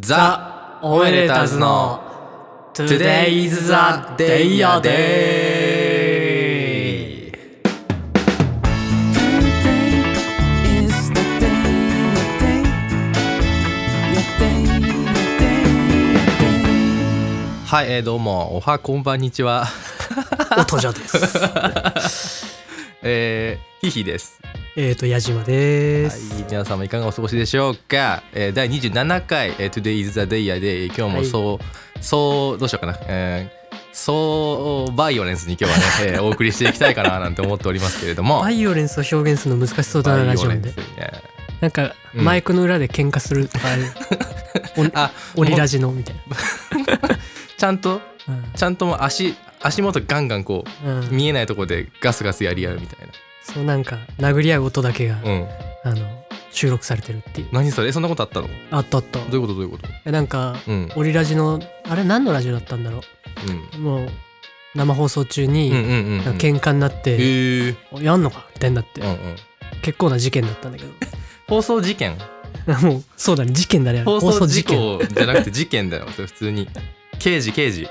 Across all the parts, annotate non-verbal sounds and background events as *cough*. ザ・オエレタズの Today is the day ya day はい、えーどうも、おはこんばんにちは。 *laughs* おとじゃです。えー、ヒヒです。えっと、矢島ではす。い、皆様いかがお過ごしでしょうか。えー、第27回、えー、Today is the day ya day 今日もそう、そう、どうしようかな。えーそうバイオレンスに今日は *laughs* ね、えーお送りしていきたいかななんて思っておりますけれども。バイオレンスを表現するの難しそうだな、ラジオで。ね。なんか、うんマイクの裏で喧嘩するとかある、あ、オリラジのみたいちゃんと、な。ちゃんともう足、足元ガンガンこ *laughs* う、うんうん見えないとこでガスガスやり合うみたいそうなんか、殴り合う音だけが、な。うん。あの、収録されてるっていう。何それそんなことあったのどあったあった。ういうことどういうことえなんか、うん。オリラジの、あれ何のラジオだったんだろうん。う。もう、生放送中うんうんに、うんうん。なんか喧嘩になって、へえ。やんのかみたいになってうんう、ん。結構な事件だったんだけど。 *laughs* 放送事件もう、そうだね、事件だね。放送事件。故じゃなくて事件だよ。それ普通に。刑事刑事。へ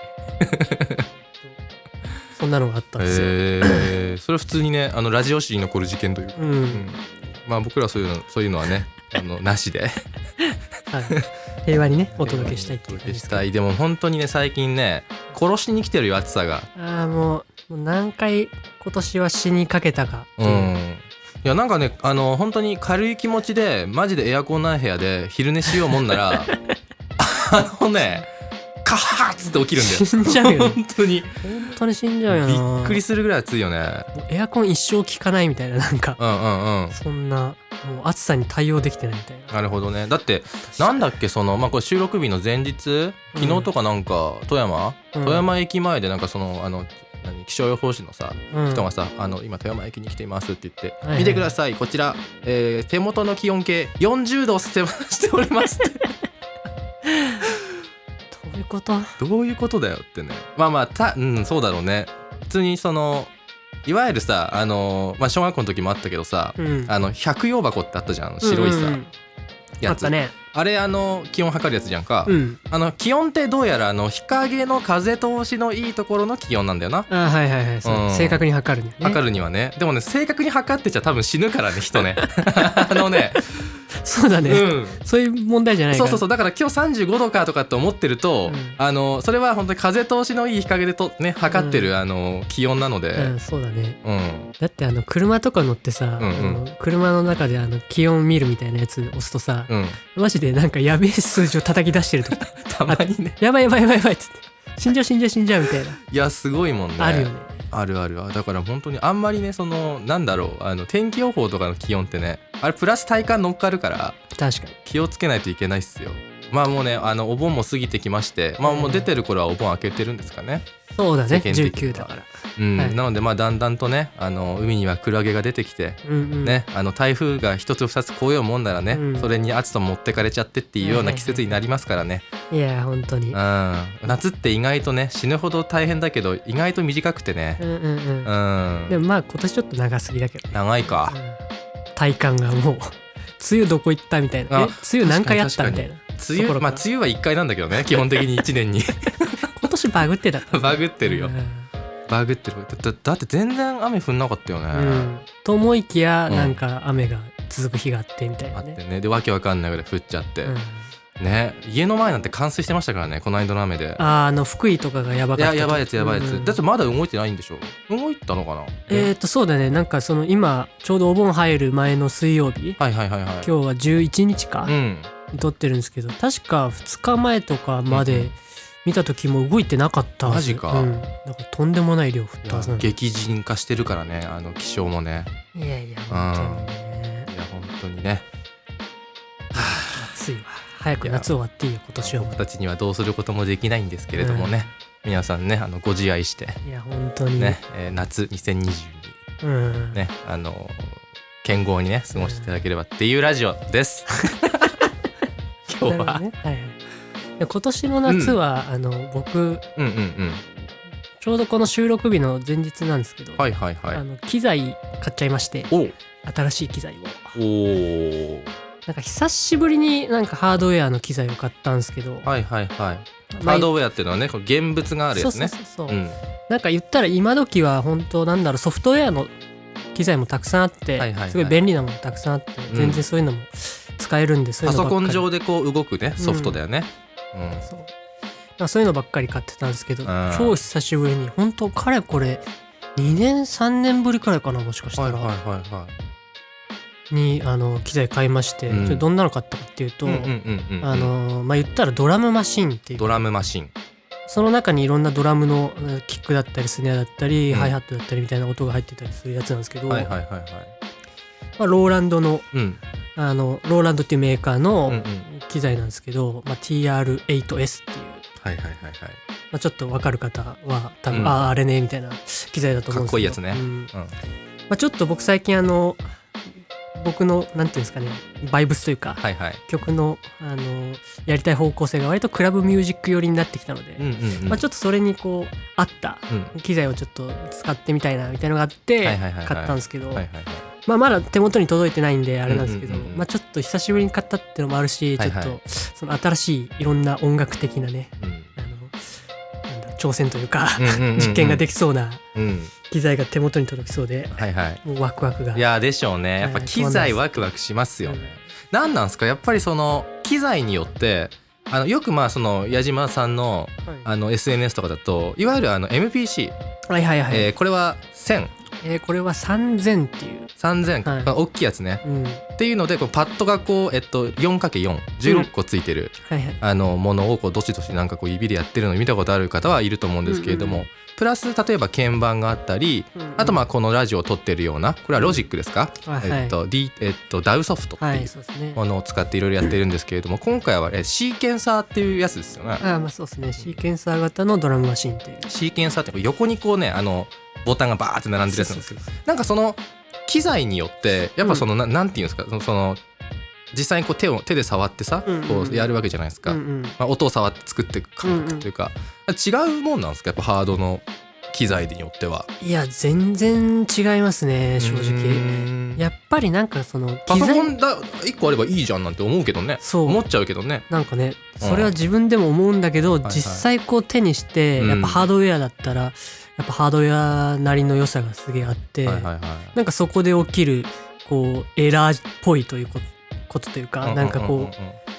そんなのがあったんですよ。え。それ普通にね、あのラジオ史に残る事件というか。ううんん。まあ僕らはそういうの、そういうのはね、あの、なしで。はい、平和 *laughs* に *laughs* ねお届けしたいっていうお感じ届でけすしけどたい。でも本当にね、最近ね、殺しに来てるよ、暑さが。ああもうもう何回今年は死にかけたかってういう、ん。いやなんかねあの本当に軽い気持ちでマジでエアコンない部屋で昼寝しようもんな *laughs* らあのねカハッつって起きるんだよ死んじゃうよ *laughs* ね本当に本当に死んじゃうよなびっくりするぐらい暑いよねもうエアコン一生効かないみたいななんかうんうんうんそんなもう暑さに対応できてないみたいななるほどねだってなんだっけその、まあ、これ収録日の前日昨日とかなんか富山、うん富山駅前でなんかそのあの何気象予報士のさうん人がさ、あの今富山駅に来ていますって言って、いはい見てくださいこちら、えー手元の気温計40度をしてましておりますって *laughs* どういうことどういうことだよってねまあまあたうんそうだろうね普通にそのいわゆるさあのーまあ小学校の時もあったけどさ、うんあの百葉箱ってあったじゃんあの白いさ、うんうんうんあやっつたねあれあの気温測るやつじゃんか、うんあの気温ってどうやらあの日陰の風通しのいいところの気温なんだよなあーはいはいはいそう、うん正確に測るんだよね測るにはねでもね正確に測ってちゃ多分死ぬからね人 *laughs* ねあのねそうだね、うんそういう問題じゃないかそらうそうそううだから今日35度かとかって思ってると、うんあのそれは本当に風通しのいい日陰でとね測ってる、うんあの気温なので、ん、そうだねうんだってあの車とか乗ってさ、うんうんあの車の中であの気温見るみたいなやつ押すとさ、うん、マジでなんかやべえ数字を叩き出してるとか *laughs* たまにね *laughs* やばいやばいやばいやばいっつって死んじゃう死んじゃう死んじゃう *laughs* みたいな、いやすごいもんねあるよねあるあるだから本当にあんまりねそのなんだろうあの天気予報とかの気温ってねあれプラス体感乗っかるから確かに気をつけないといけないっすよまあもうねあのお盆も過ぎてきましてまあもう出てる頃はお盆開けてるんですかねそうだね世間的に19はだからうん、はいなのでまあだんだんとねあの海にはクラゲが出てきてうんうんね、あの台風が一つ二つこういうもんならね、うんそれに暑さ持ってかれちゃってっていうような季節になりますからね、いや本当うにん、夏って意外とね死ぬほど大変だけど意外と短くてねう、んうんうん、うんでもまあ今年ちょっと長すぎだけど、長いかうん体感がもう *laughs* 梅雨どこ行ったみたいなえあ梅雨何回やったみ確たかにいな梅とこ雨ろまかあ梅雨は1回なんだけどね基本的に1年に *laughs* 今年バグってたからね、バグってるようバグってるだだだって全然雨降んなかったよね、んうんと思いきやうんなんか雨が続く日があってみたいあなっねてねでわけわかんないぐらい降っちゃって、うんね家の前なんて冠水してましたからねこの間の雨であーあの福井とかがやばいかっやたとやばいやつやばいやつ、うんだってまだ動いてないんでしょ動いたのかな、えっ、とそうだねなんかその今ちょうどお盆入る前の水曜日はいはいはいはい今日は11日か、うん撮ってるんですけど確か2日前とかまうでん見た時も動いてなかったはマずジかうん、なんかとんでもない量降っいたはずやなんだ激甚化してるからねあの気象もねいやいやうん本当にねいや本当にね暑い *sighs* わ早く夏終わっていいよ今年はも僕たちにはどうすることもできないんですけれどもね、皆さんねあのご自愛してういや本当にね、えー夏2022うん、ねあの健康にね過ごしていただければっていうラジオです *laughs* 今日なるは、ほどねはいはいで今年の夏は、あの僕うんうんうんちょうどこの収録日の前日なんですけど、はいはいはあいの機材買っちゃいましてお新しい機材をおーなんか久しぶりになんかハードウェアの機材を買ったんですけど、はいはいはいまあハードウェアっていうのはねこう現物があるやつねそうそうそうそう、うんなんか言ったら今時は本当なんだろうソフトウェアの機材もたくさんあって、はいはいはいすごい便利なものたくさんあって、ん全然そういうのも使えるんでそういパうのソばっかコりン上でこう動くねソフトだよねうそうまあそういうのばっかり買ってたんですけど、ん超久しぶりに本当かれこれ2年3年ぶりくらいかなもしかしんはたいはいらはいはにあの機材買いまして、うんちょっとどんなの買ったかっていういと、うんうんうんうんあのまあ言ったらドラムマシンっていうドラムマシンその中にいろんなドラムのえーキックだったりスネアだったり、うんハイハットだったりみたいな音が入ってたりするやつなんですけど、はいはいはいはいまあ、ローランドのうんあのローランドっていうメーカーのうんうん機材なんですけど、まあ、TR8S っていう、はいはいはいはいまあ、ちょっと分かる方は多分、うんあああれねみたいな機材だと思うんでかっすけどこいいやつねうんまうんあ、ちょっと僕最近あの僕のなんていうんですかねバイブスというか、はいはい曲のあのやりたい方向性が割とクラブミュージック寄りになってきたので、うんうんうんまあ、ちょっとそれにこう合ったうん機材をちょっと使ってみたいなみたいなのがあってはいはいはいはい買ったんですけどはいはいはいまあまだ手元に届いてないんであれなんですけどうんうんうんうんまあちょっと久しぶりに買ったってのもあるしちはょいっはいとその新しいいろんな音楽的なねうんあのなんだろう挑戦というかうんうんうんうん実験ができそうなうん機材が手元に届きそうではいはいもうワクワクがいやーでしょうねやっはぱい機材ワクワクしますよねうん。何なんですかやっぱりその機材によってあのよくまあその矢島さんのはあの SNS とかだといわゆるあの MPC、いはいはいええーこれは1000。ーこれは3000っていう3000、はいまあ大きいやつねうんはっていうのでこうパッドがこう、えっと、4×416 個ついてる、いはいあのものをこうどしどしなんかこう指でやってるの見たことある方はいると思うんですけれども、うんうんプラス例えば鍵盤があったりあとまあこのラジオを撮ってるようなこれはロジックですか、あはいえっと D えっと、DAW ソフトってはいいうそうですねものを使っていろいろやってるんですけれども今回はえシーケンサーっていうやつですよね。ああまあそうですねシーケンサー型のドラムマシンっていうシーケンサーって横にこうねあのボタンがバーって並んでるやつなんですけどそうそうそうなんかその機材によってやっぱその、ななんていうんですかそのその実際にこう手を手で触ってさ、うんうんうんこうやるわけじゃないですか、うんうんまあ、音を触って作っていく感覚というか、違うもんなんですかやっぱハードの機材によってはいや全然違いますね正直直やっぱりなんかそのパ機ソコ材ンだ1個あればいいじゃんなんて思うけどねそう思っちゃうけどねなんかねうんそれは自分でも思うんだけはど、い実際こう手にしてうんやっぱハードウェアだったら、やっぱハードウェアなりの良さがすげえあって、はいはいはいなんかそこで起きるこうエラーっぽいというこことというか、なんかううこう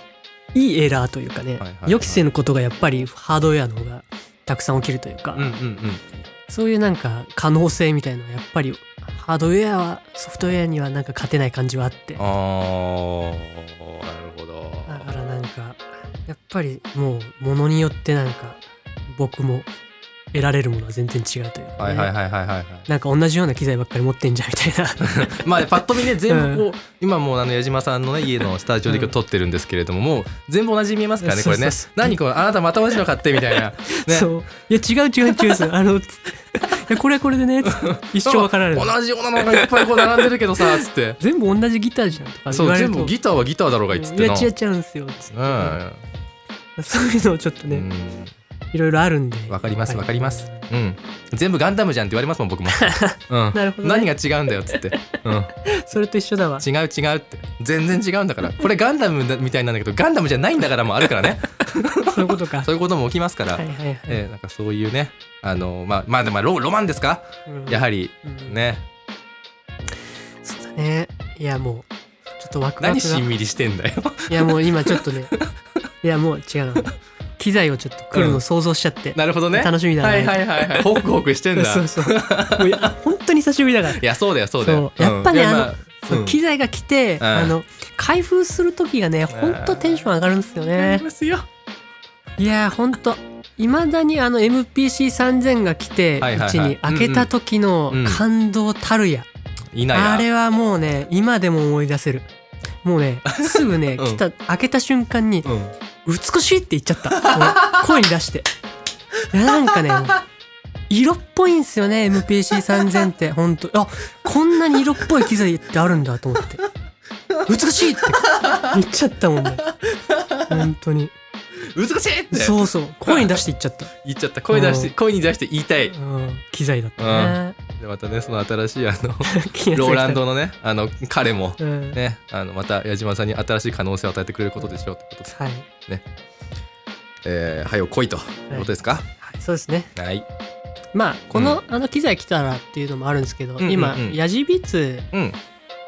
ういいエラーというかね、はいはいはい予期せぬことがやっぱりハードウェアの方がたくさん起きるというか、うんうんうんうんそういうなんか可能性みたいなのはやっぱりハードウェアはソフトウェアにはなんか勝てない感じはあってあーなるほどだからなんかやっぱりもうものによってなんか僕も得られるものは全然違うというか、はねいはいはいはいはいはいなんか同じような機材ばっかり持ってんじゃんみたいなまあパッと見ね全部こう、今もうあの矢島さんのね家のスタジオで今日撮ってるんですけれども、もう全部同じに見えますからねこれねそうそうそう何これあなたまた同じの買ってみたいな、ね、そういや違う違う違う *laughs* そうあのつ *laughs* いやこれはこれでねつ一生分かられる同じようなのがいっぱいこう並んでるけどさつって全部同じギターじゃんとか言そうわれる全と部ギターはギターだろうがいっつっていなや違う違うんですよつってね、うそういうのをちょっとね、んいろいろあるんでうんわかりますやっわぱかりますうん全部ガンダムじゃんって言われますもん *laughs* 僕も、うん、なるほどね何が違うんだよっつって、うん、それと一緒だわ違う違うって全然違うんだからこれガンダムだみたいなんだけどガンダムじゃないんだからもあるからねそういうことかそういうことも起きますから、はいはいはい。えーなんかそういうねあのまあまあでもロロマンですかうんやはりうんねそうだね。いやもうちょっとワクワク何が。しんいみりしてんだよ *laughs* やもう今ちょっとね。いやもう違うの。機材をちょっと来るの想像しちゃって。なるほどね楽しみだな。はいはいはいはいホクホクしてんだそうそう。もういや本当に久しぶりだから。いやそうだよそうだよそうやっぱねいあのまそううん機材が来て、んあの開封する時がね、ん本当テンション上がるんですよあね。ますよいや本当。いまだにあの MPC3000 が来てはいはいうはいちに開けた時のうんうん感動たるやいないなあれはもうね今でも思い出せるもう *laughs* ねすぐね、うん来た開けた瞬間にうん「美しい」って言っちゃったもう声に出していやなんかねもう色っぽいんすよね MPC3000 ってほんとあこんなに色っぽい機材ってあるんだと思って「美しい」って言っちゃったもんね本当に美しいってそうそう声に出して言っちゃった、言っちゃった声出してうん声に出して言いたいうん、機材だったね、でまたねその新しいあ *laughs* の気がついたローランドのねあの彼もうん、ねあのまた矢島さんに新しい可能性を与えてくれることでしょうってことで、はい、えー、はよ来いということですかはい、そうですねはいまあこの,、あの機材来たらっていうのもあるんですけど、んうんうん今ヤジビーツうん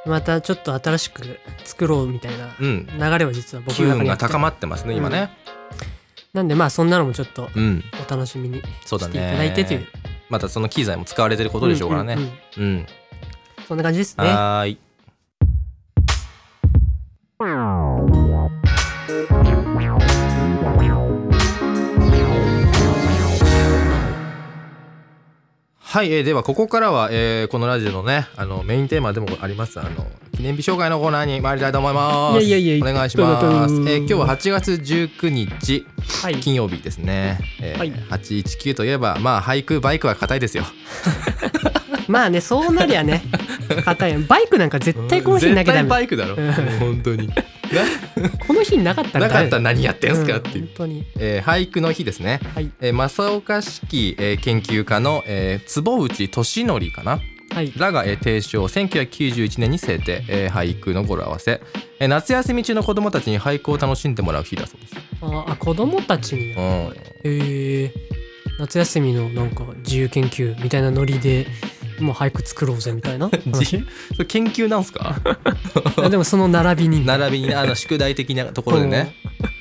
またちょっと新しく作ろうみたいなうん流れは実は僕機の中運にがあって高まってますね今ねなんでまあそんなのもちょっとうん、お楽しみにしそうだてねいただいてというまたその機材も使われてることでしょうからねんんんうん、そんな感じですねはーいはい、えーではここからは、えーこのラジオのねあのメインテーマでもありますあの記念日紹介のコーナーに参りたいと思いますいやいやいやお願いしますどうぞどうぞ、えー今日は8月19日はい金曜日ですね、えーはい819といえばまあ俳句バイクは硬いですよまあねそうなり *laughs* ゃね硬いよバイクなんか絶対この日なきゃダ絶対バメイクだろうん本 *laughs* 当になこの日なかったならダかメったら何やってんすかうんっていう本、当にえー俳句の日ですね、はいえー正岡式、えー研究家の、えー坪内俊則かなはいらが、えー提唱1991年に制定、えー俳句の語呂合わせ、えー夏休み中の子供たちに俳句を楽しんでもらう日だそうです、ああ子供たちにう、なんへえ夏休みのなんか自由研究みたいなノリでもう俳句作ろうぜみたい *laughs* な自由それ研究なんす *laughs* かあでもその並びに並びにねあの宿題的なところでねうんう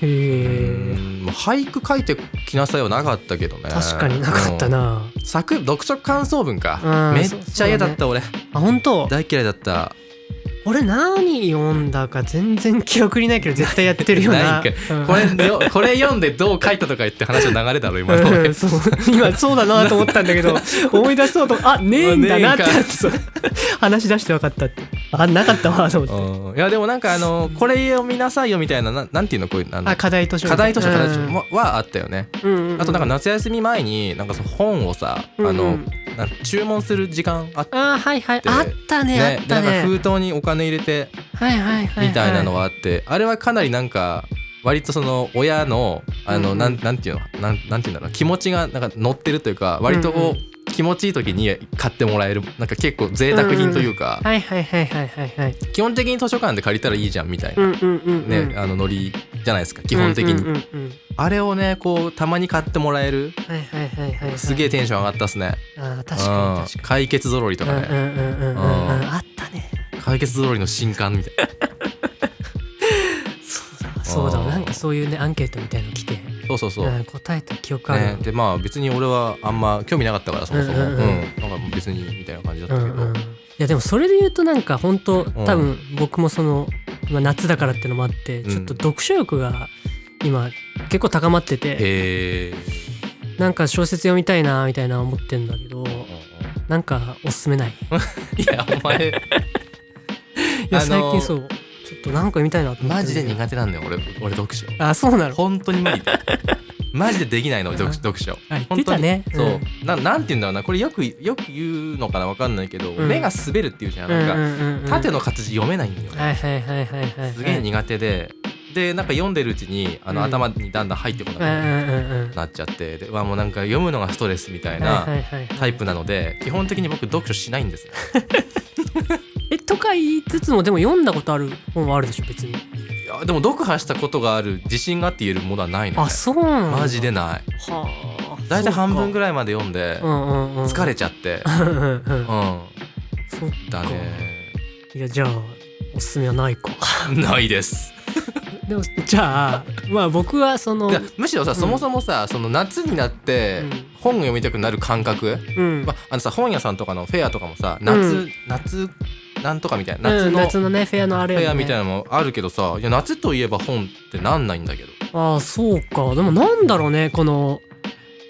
へえんもう俳句書いてきなさいはなかったけどね確かになかったうんな作読書感想文かうんめっちゃ嫌だった、俺あ本当大嫌いだった俺何読んだか全然記憶にないけど絶対やってるよなないんかうんこれよこれ読んでどう書いたとか言って話の流れだろ今のう俺ん *laughs* そう今そうだなと思ったんだけど *laughs* 思い出そうとあねえんだなってまあねえんかそう話し出して分かったってあなかったわと思ってうんいやでもなんかあのこれ読みなさいよみたいなななんていうのこういうあのあ課題図書課題図書課題図書うんもはあったよねうんうあとなんか夏休み前になんかその本をさあうんうのんなんか注文する時間あっあーはいはいであったねねあっでなたんかね封筒にお金入れてはいはいはいみたいなのははあってあれはかなりなんか割とその親のあうんうのんなんなんていうのなんなんていうんだろう気持ちがなんか乗ってるというか割とこうんうう気持ちいい時に買ってもらえるなんか結構贅沢品というかはいはいはいはいはいはい基本的に図書館で借りたらいいじゃんみたいうんなうんうんうんねあのノリじゃないですか基本的うんうにんうんうんあれをねこうたまに買ってもらえるはいはいはいはいはいすげえテンション上がったっすねあー確かうん解決ぞろりとに確かかにうねんうんうんうんうんうんうんあったね解決ぞろりの新刊みたいなそうだわそうだわうんなんかそういうねアンケートみたいの来てそうそうそううん答えた記憶あるわね、でまあ別に俺はあんま興味なかったからそもそも、ううんんうんうんなんか別にみたいな感じだっうたけんど、うんいやでもそれで言うとなんか本当ん多分僕もその、まあ、夏だからってのもあってうんちょっと読書欲が今結構高まっててへえ、なんか小説読みたいなみたいな思ってんだけどなんかおすす *laughs* めないいやお *laughs* 前いやあの最近そうちょっとなんか読みたいなと思ってマジで苦手なんだよ俺俺読書手あそうなの本当に無理だマジでできないの読読書あ言って本当たにねそう、んななんて言うんだろうなこれよくよく言うのかなわかんないけど、うん目が滑るっていうじゃんなんか、うんうんうんうん縦の活字読めないんよ、はいはいはいはいはいすげえ苦手ででなんか読んでるうちにあの、うん頭にだんだん入ってこなくうんうんうんうんなっちゃってで、まあ、もうなんか読むのがストレスみたいな、はいはいはいはいタイプなので基本的に僕読書しないんですねえとか言いつつもでも読んだことある本はあるでしょ別にいやでも読破したことがある自信があって言えるものはないのあねそうなんだマジでないはあ大体半分ぐらいらいまで読んで疲疲れちゃってうんうんうんうんそっだねいやじゃあおすすめはないか *laughs* ないですでもじゃあまあ僕はそのいやむしろさんそもそもさその夏になってうん本を読みたくなる感覚うんまああのさ本屋さんとかのフェアとかもさ夏夏なんとかみたいな夏うんのフ夏のねフェアのあれェアみたいなのもあるけどさいや夏といえば本ってなんないんだけどああそうかでもなんだろうねこの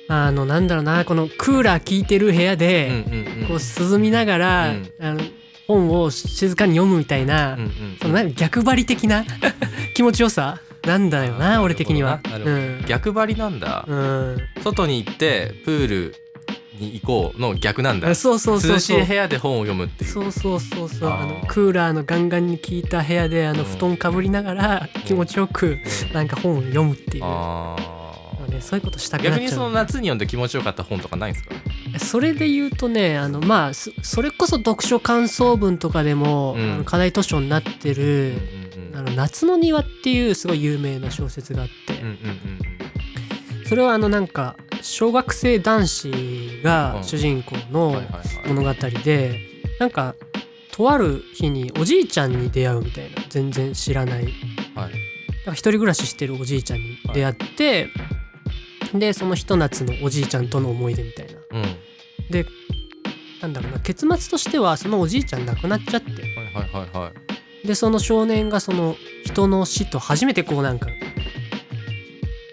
あのなんだろうなこのクーラー効いてる部屋うんで、うんうんこう涼みながら、うんあの本を静かに読むみたいな、うんうんそのなんか逆張り的な *laughs* 気持ちよさなんだよあーなるなほど俺的には。なるうほどん逆張りなんだ、うん外に行ってプールに行こうの逆なんだあ、そうそうそう涼そうしい部屋で本を読むっていうそうそうそうそうああーのクーラーのガンガンに効いた部屋であのうん布団かぶりながら気持ちよくうんなんか本を読むっていう、まああね、そういうことしたーくなっ逆ちゃうにその夏に読んで気持ちよかった本とかないんですかそれで言うとねあのまあそそれこそ読書感想文とかでも、うんあの課題図書になってうるん「あの夏の庭」っていうすごい有名な小説があって、うんうんそれはあのなんか小学生男子が主人公うんのはいはいはい物語でなんかとある日におじいちゃんに出会うみたいな全然知らなはいいなんか一人暮らししてるおじいちゃんに出会って、でそのひと夏のおじいちゃんとの思い出みたいな。うんはでなんだろうな結末としてはそのおじいちゃん亡くなっちゃっていはいはいはいでその少年がその人の死と初めてこうなんか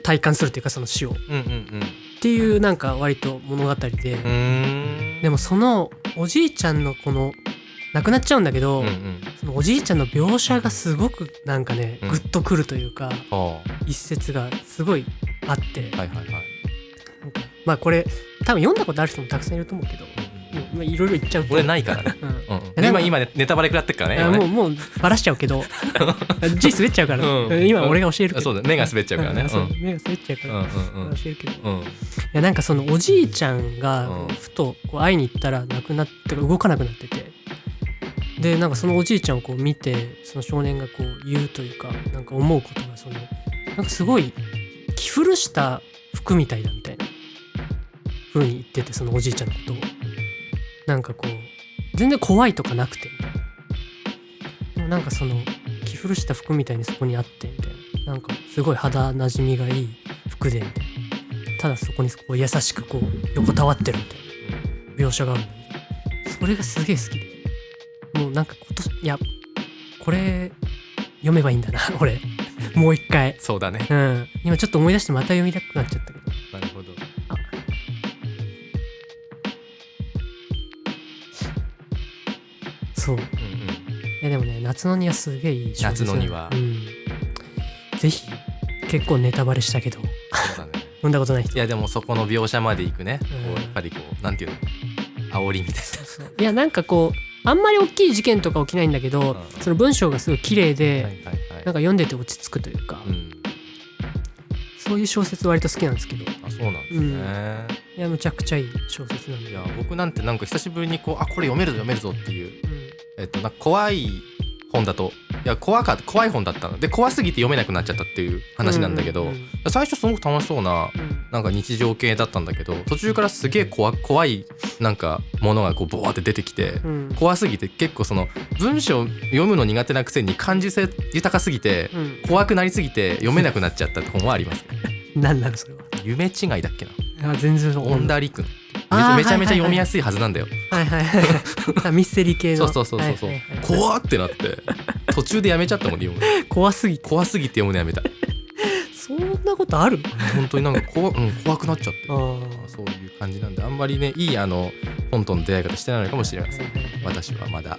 体感するっていうかその死をっうんうんうんていうなんか割と物語で、うーんでもそのおじいちゃんのこの亡くなっちゃうんだけど、うんうんそのおじいちゃんの描写がすごくなんかね、うんグッとくるというかああは一節がすごいあって、いはいはいなんかまあこれ多分読んだことある人もたくさんいると思うけどうんもうまあいろいろ言っちゃうと俺ないから *laughs* ねうんうんうんえなん今か今ねネタバレ食らってっからねあ今ねもうもうバラしちゃうけど *laughs* 字滑っちゃうから、うん今俺が教えるけあど *laughs* そうだ目が滑っちゃうからねんそううん目が滑っちゃうかうんら、うんうん教えるけど、いうんやなんかそのおじいちゃんがうんふとこう会いに行ったら亡くなって動かなくなっててでなんかそのおじいちゃんをこう見てその少年がこう言うというかなんか思うことがそのなんかすごい着古した服みたいだみたいな風に言っててそのおじいちゃんのことをなんかこう全然怖いとかなくてみたいなでもなんかその着古した服みたいにそこにあってみたいななんかすごい肌なじみがいい服でみたいなただそこにこう優しくこう横たわってるみたいな描写があるのにそれがすげえ好きでもうなんか今年いやこれ読めばいいんだな *laughs* 俺もう一回そうだねうん今ちょっと思い出してまた読みたくなっちゃったけなどるほどそううんうんいやでもね夏の庭すげえいい小説夏の庭うんぜひ結構ネタバレしたけどそうだね読んだことない人いやでもそこの描写まで行くねうんこうやっぱりこうなんていうの煽りみたいそうそういやなんかこうあんまり大きい事件とか起きないんだけど、うんその文章がすごい綺麗なで、 *laughs* はいはいはいなんか読んでて落ち着くというか、うんそういう小説割と好きなんですけどいあそうなんですねやむちゃくちゃいい小説なんでいや僕なんてなんか久しぶりにこうあこれ読めるぞ読めるぞっていううんえっとなんか怖い本だといや怖か怖い本だったので怖すぎて読めなくなっちゃったっていう話なんだけど、ううん最初すごく楽しそうなうんなんか日常系だったんだけど途中からすげえ怖怖いなんかものがこうボワーって出てきてうん怖すぎて結構その文章読むの苦手なくせに感受性豊かすぎてうん怖くなりすぎて読めなくなっちゃった本はあります、ね、何なのそれは夢違いだっけなあ全然オンダリクのあーめちゃめちゃめちゃはいはいはい読みやすいはずなんだよ、はいはいはいあミステリー系そのうそうそうそうそう、はいはいはい怖ってなって途中でやめちゃったもんね読むの怖すぎて怖すぎて読むのやめたそんなことある本当になんか怖,、うん、怖くなっちゃってあーそういう感じなんであんまりねいいあの本との出会い方してないのかもしれません私はまだ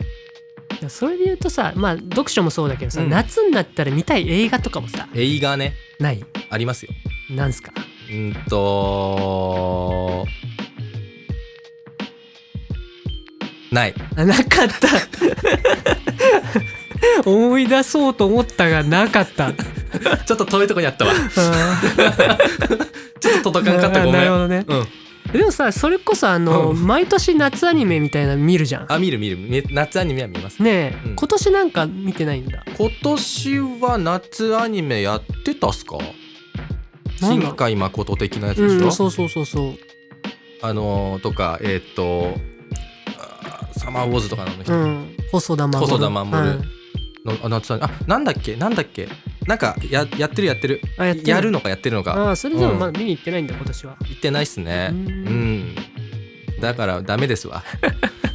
いやそれで言うとさまあ読書もそうだけどさ、うん夏になったら見たい映画とかもさ映画ねないありますよなんすかうんとない *laughs* あなかった思い出そうと思ったがなかったちょっと遠いとこにあったわちょっと届かんかったごめなるほんどねうんでもさそれこそあの、うん毎年夏アニメみたいなの見るじゃんあ見る見るみ夏アニメは見ますねえ、うん今年なんか見てないんだ今年は夏アニメやってたっすかなんだ新海誠的なやつうでしょ、んそうそうそうそうあのーとかえーっとあーサマーウォーズとかのあの人うのん細田守細田守はいあ夏アニメあなんだっけなんだっけなんかややってるやってるあやってるやるのかやってるのかああそれでもまうだ見に行ってないんだ今年は言ってないっすねううんんだからダメですわ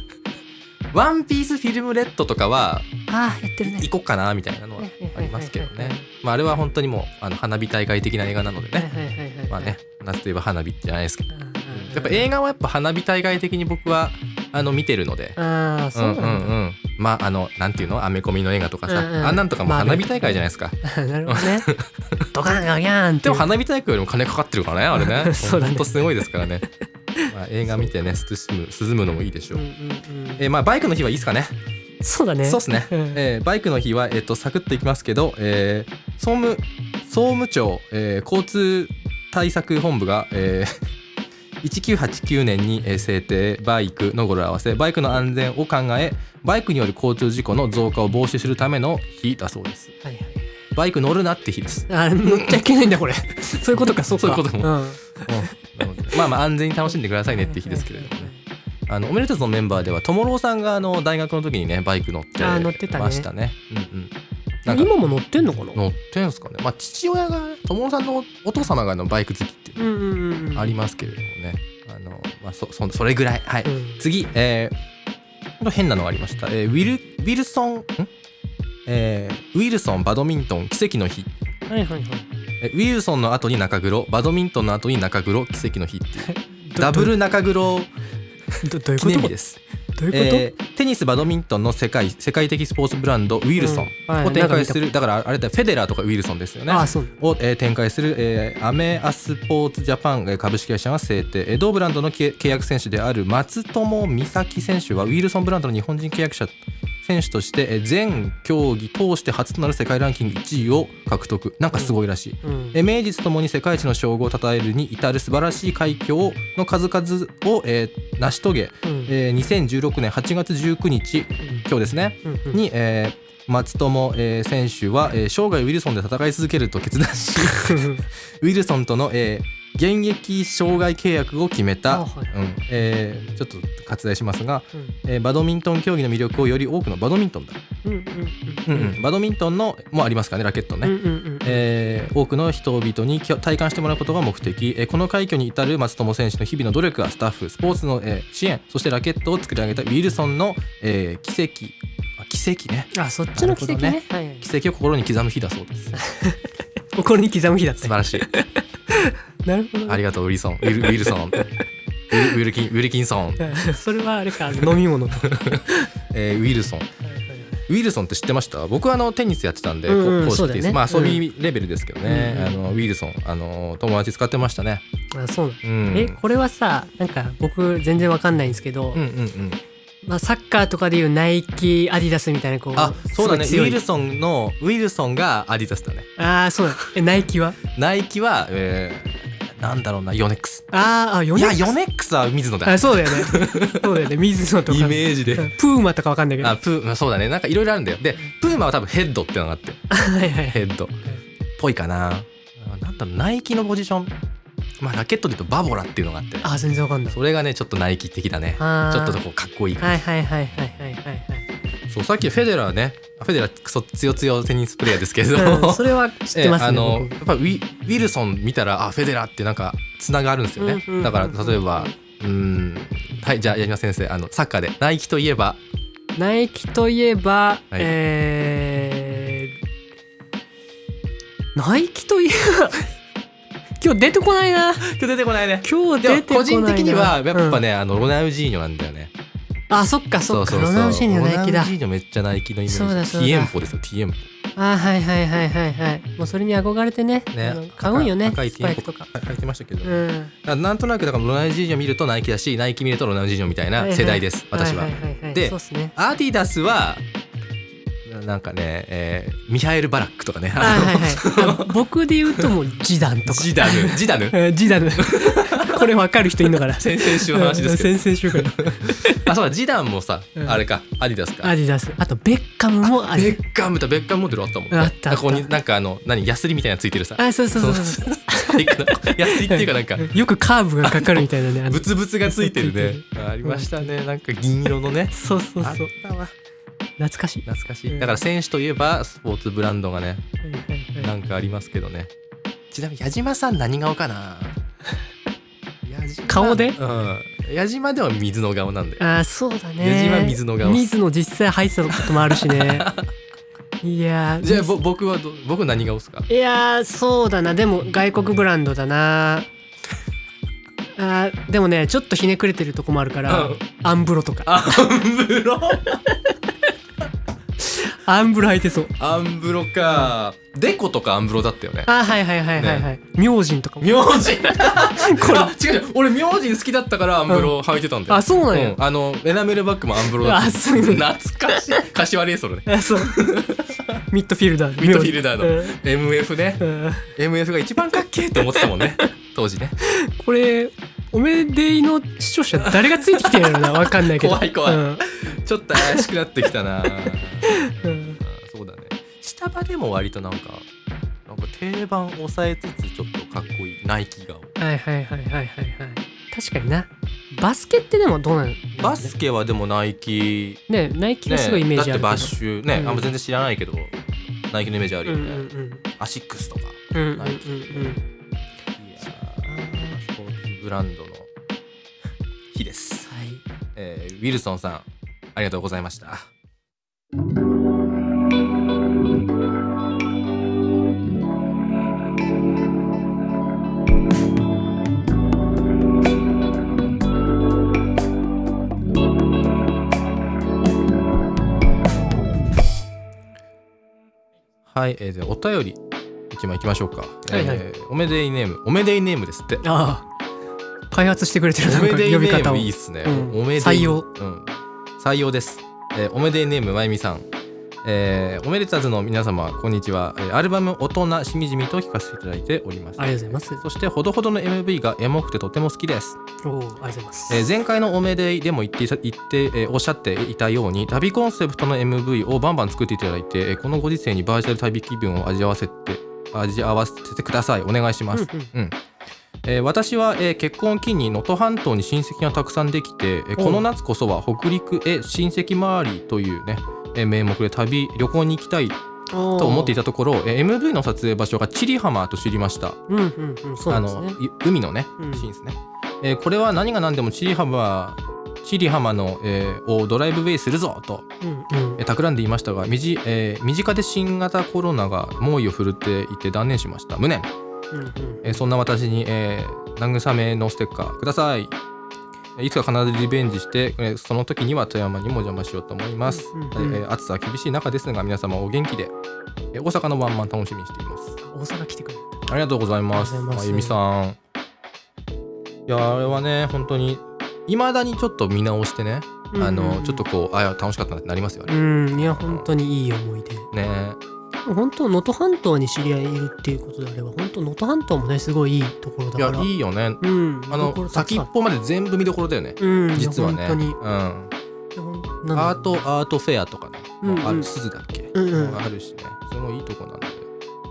*laughs* ワンピースフィルムレッドとかはああやってるね行こうかなみたいなのはありますけどはいはいはいねはいまああれは本当にもうあの花火大会的な映画なのではいねはいはいはいまあね夏といえば花火じゃないですけどうんうんうんやっぱ映画はやっぱ花火大会的に僕はあの見てるのでああそううなんんうだ、んうんまああのなんていうのアメコミの映画とかさうんうんあんなんとかもまあ花火大会じゃないですか *laughs* なるほどね。ドカンガギャンって。でも花火大会よりも金かかってるからねあれね *laughs* そうだねほんとすごいですから *laughs* ねまあ映画見てね涼む涼むのもいいでしょうんううんうんえーまあバイクの日はいいですかね。そうだね。そうですね。うんえーバイクの日はえっ、とサクッといきますけど、えー総務総務庁、えー交通対策本部が、えー *laughs* 1989年にえー制定バイクの語呂合わせバイクの安全を考えバイクによる交通事故の増加を防止するための日だそうですはいはいバイク乗るなって日ですあ乗っちゃいけないんだ *laughs* これそういうことかそうかそういうこともんなのでまあまあ安全に楽しんでくださいねって日ですけれどもね。あのおめでとうのメンバーではともろうさんがあの大学の時にねバイク乗ってあー乗ってたねましたね。うんうん。なんか今も乗ってんのかな乗ってんすかね。まあ父親がともろうさんのお父様があのバイク好きっていううんうんうのんありますけれどもね。あのまあそそそれぐらいはい。うん次えー、ほんと変なのがありました。えー、ウィルウィルソンん、えー、ウィルソンバドミントン奇跡の日。はいはいはいえウィルソンの後に中黒バドミントンの後に中黒奇跡の日っていう *laughs* どダブル中黒どどういう記こと念日です。どういうこと、えーテニスバドミントンの世界世界的スポーツブランドウィルソンうんはいを展開すなる、だからあれだよフェデラーとかウィルソンですよねああそうを、えー展開する、えーアメアスポーツジャパンえー株式会社が制定、えー同ブランドの契契約選手である松友美咲選手はウィルソンブランドの日本人契約者選手として、えー全競技通して初となる世界ランキング1位を獲得なんかすごいらしい、うんえー名実ともに世界一の称号を称えるに至る素晴らしい快挙をの数々を、えー成し遂げうんえー2016年8月19日今日ですねうんうんに、えー松友、えー選手は、えー生涯ウィルソンで戦い続けると決断し *laughs* ウィルソンとの、えー現役生涯契約を決めた、あはいうんえーちょっと割愛しますが、うんえーバドミントン競技の魅力をより多くのバドミントンだ、うんうんうんうん、バドミントンのもありますからねラケットね、うんうんうんえー多くの人々にきょ体感してもらうことが目的、えーこの快挙に至る松友選手の日々の努力はスタッフスポーツの、えー支援そしてラケットを作り上げたウィルソンの、えー奇跡あ奇跡ねあそっちの奇跡なねるはいはい奇跡を心に刻む日だそうです *laughs* 素心に刻む日だっ晴たらしいなるほどありがとうウィルソンウィルウィルソンウィルウィルキンウィルキンソン、うんそれはあれか飲 *laughs* み物はいえーウィルソンはいはいウィルソンって知ってました僕はあのテニスやってたんで、うんうんこう公そ式うだテよニねス、まあ遊びレベルですけどね、うんあのウィルソンあの友達使ってましたねあそうなんうんえこれはさなんか僕全然わかんないんですけど、うんうんうんまあ、サッカーとかでいうナイキアディダスみたいなこうあそうだねウすごい強いィルソンのウィルソンがアディダスだねああそうだえナイキはナイキは、えー、なんだろうなヨネックスあーあヨいネやックスヨネックスは水野だあそうだよねそうだよね水野とかイメージでうんプーマとかわかんないけどあはプーまあそうだねなんかいろいろあるんだよでプーマは多分ヘッドってのがあっていはいはいヘッドっぽいかなあなんだろうナイキのポジションまあラケットで言うとバボラっていうのがあってあー全然わかんないそれがねちょっとナイキ的だねちあーょっとこうかっこいい感はいはいはいはいはいはいじそうさっきフェデラーねフェデラークソ強強テニスプレーヤーですけれどはい、うん、もそれは知ってますね、ええあの僕やっぱウィウィルソン見たらあフェデラーってなんかつながるんですよね、うんうんだから例えばうんはいじゃあ矢島先生あのサッカーでナイキといえばナイキといえば、いえーナイキといえば *laughs* 今日出てこないな今日出てこないね今日で出もてこ個ないな人的にはやっぱね、ね、あのロナウジーニョなんだよねうんあそっかそっかロナウジーニョナイキロナだウジーニョめっちゃナイキのイメージそうだそうだティエンポですよティエンポあはいはいはいはいはいもうそれに憧れてねねあの買うんよね赤いスパイクとかはい入ってましたけど、うだかんらなんとなくだからロナウジーニョ見るとナイキだしナイキ見るとロナウジーニョみたいな世代です、私は,、いいいいでそうっすねアディダスはななんかね、えーミハエル・バラックとかねあはいはい *laughs* あ僕で言うともうジダンとかジ *laughs* ダヌ、ジダヌ。えージダンこれ分かる人いんのか *laughs* な先々週の話ですけうん先々週からど。あ、そうだ、ジダンもさう、んあれか、アディダスかア。ディダスあとベッカムもアベディッカムとベッカムモデルあったもんね。あったあったここになんかあの、何、ヤスリみたいなのついてるさ。あそうそうそうそうそのスティックのヤスリっていうかなんか、よくカーブがかかるみたいなねあのブツブツがついてるね。あありましたね。なんか銀色のね。そうそうあっそうたわ。懐かしい、懐かしい。だから選手といえば、スポーツブランドがね、はいはいはないんかありますけどね。ちなみに矢島さん何顔かな矢島顔でうん。矢島では水の顔なんだよ。あーそうだね矢島水野が水野実際入ってたこともあるし *laughs* ねいやーじゃあぼ僕はど僕何顔っすかいやーそうだなでも外国ブランドだなあーでもねちょっとひねくれてるとこもあるから、うんアンブロとかアンブロアンブロ履いてそうアンブロかデコとかアンブロだったよねあーはいはいはいはいはい、明神とかも名字これあ違う違う俺名字好きだったからアンブロ履いてたんだよ、あそうなんや、うんあのエナメルバッグもアンブロだったあそう懐かしい柏レイソルね *laughs* あそうミッドフィルダーミッドフィルダーの明 MF ね神うんうん MF が一番かっけえって思ってたもんね当時ねこれおめでいの視聴者誰がついてきてるのかなわかんないけど怖い怖いうんちょっと怪しくなってきたなあうんーそうだね下場でも割となんかなんか定番を抑えつつちょっとかっこいいナイキ顔はいはいはいはいはいはい確かになバスケってでもどうなのバスケはでもナイキねナイキねがすごいイメーだっジあてるけどバッシュね、うんあんま全然知らないけどナイキのイメージあるうんようんね、うんアシックスとかうんうんうんナイキうんいやースポーツブランドの日です、はいえーウィルソンさんありがとうございましたはい、えー、ではお便り一枚いきましょうか、はいはいえーおめでいネームおめでいネームですってああ開発してくれてるなおんめかで呼いネびー方をムいいっすね。うんおめでい採用うん。採用です。えーおめでいネームまゆみさん。えーおめでたずの皆様こんにちは。えーアルバム大人しみじみと聞かせていただいております。ありがとうございますそしてほどほどの MV がエモくてとても好きです。おおありがとうございますえー前回のおめでいでも言っていた言って、えーおっしゃっていたように旅コンセプトの MV をバンバン作っていただいて、えーこのご時世にバーチャル旅気分を味わわせて味合わせてくださいお願いします。うんうんえー私は、えー結婚を機に能登半島に親戚がたくさんできて、えーおうこの夏こそは北陸へ親戚回りというね、えー名目で旅旅行に行きたいとと思っていたたところ、えー MV の撮影場所が千里浜と知りました、うんうんうんそうあなんですのねい海のねうんシーンですね、えーこれは何が何でも千里浜千里浜の、えーをドライブウェイするぞとうんうんえー企んでいましたがみじ、えー身近で新型コロナが猛威を振るっていて断念しました無念うんうんえーそんな私に、えー、慰めのステッカーください。えーいつか必ずリベンジして、えーその時には富山にもお邪魔しようと思います。うんえうんーえー暑さは厳しい中ですが、皆様お元気で、えー大阪のワンマン楽しみにしています。大阪来てくれたありがとうございます。ありがとうございますゆみさん。いやーあれはね本当に未だにちょっと見直してね、あうんうんうのんちょっとこうあ楽しかったなってなりますようね。んいや本当にいい思い出ね本当能登半島に知り合いいるっていうことであれば本当能登半島もねすごいいいところだいかやらいいよね。うんあ見どこのろたく先さっんぽまで全部見どころだよね。うん実はね。いや本当うにん。いやほんなんだろうアートアートフェアとかね、うんうんもうある鈴だっけ、うんうんもあるしねすごいいいとこなんでい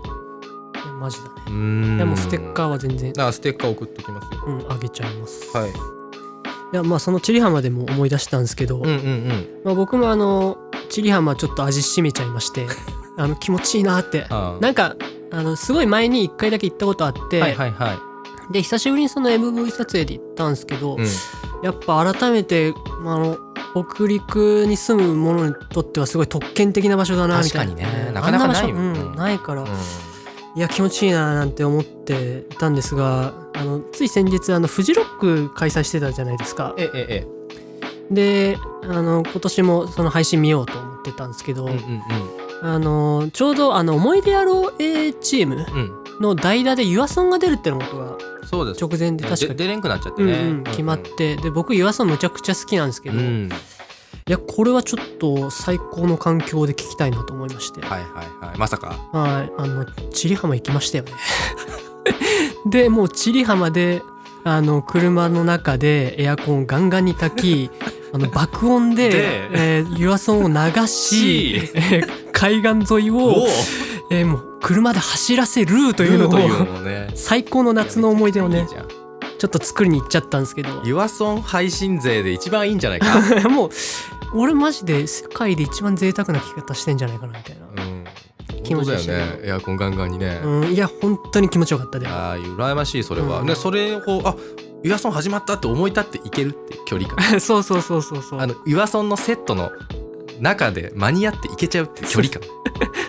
やマジだねうーんでもステッカーは全然だからステッカー送っときますようんあげちゃいますはいいやまあその千里浜でも思い出したんですけど、うんうんうんまあ、僕もあの千里浜ちょっと味しめちゃい *laughs* ましてあの気持ちいいなってあーなんかあのすごい前に1回だけ行ったことあって、はいはいはい、で久しぶりにその MV 撮影で行ったんですけうど、ん、やっぱ改めて、まあ、あの北陸に住む者にとってはすごい特権的な場所だなみたいな確かにねうんなかなかないよあん場所、ううんん、ないから、うんいや気持ちいいななんて思っていたんですがあのつい先日あのフジロック開催してたじゃないですかえええであの今年もその配信見ようと思ってたんですけど、うんうんあのちょうどあの思い出野郎 A チームうんうの代打でユアソンが出るってのことがんそうです直前で確かでに、出れんくなっちゃってうんね、うん、決まってで僕ユアソンむちゃくちゃ好きなんですけうど、ん、ういん、やこれはちょっと最高の環境で聞きたいなと思いまして、はいはいはいまさかはい、あの、千里浜行きましたよね。で、もう千里浜で、あの、車の中でエアコンをガンガンに炊き、あの、爆音で、でえー、湯浅を流し、しえー海岸沿いおを、えーもう、車で走らせるとというのというを、のを *laughs* ね最高の夏の思い出をいやねめち、ゃくちゃいいじゃんちょっと作りに行っちゃったんですけど、ユアソン配信勢で一番いいんじゃない *laughs* かもう、俺マジで世界で一番贅沢な聞き方してんじゃないかな、みたいな。うん気本持当ちいいだしよねねエアコンガンガンにね、うん、いや、本当に気持ちよかったで。ああ羨ましいそれは、うんねそれをこうあユアソン始まったって思い立っていけるっていう距離感そうそうそうそうそう。あのユアソンのセットの中で間に合っていけちゃうっていう距離感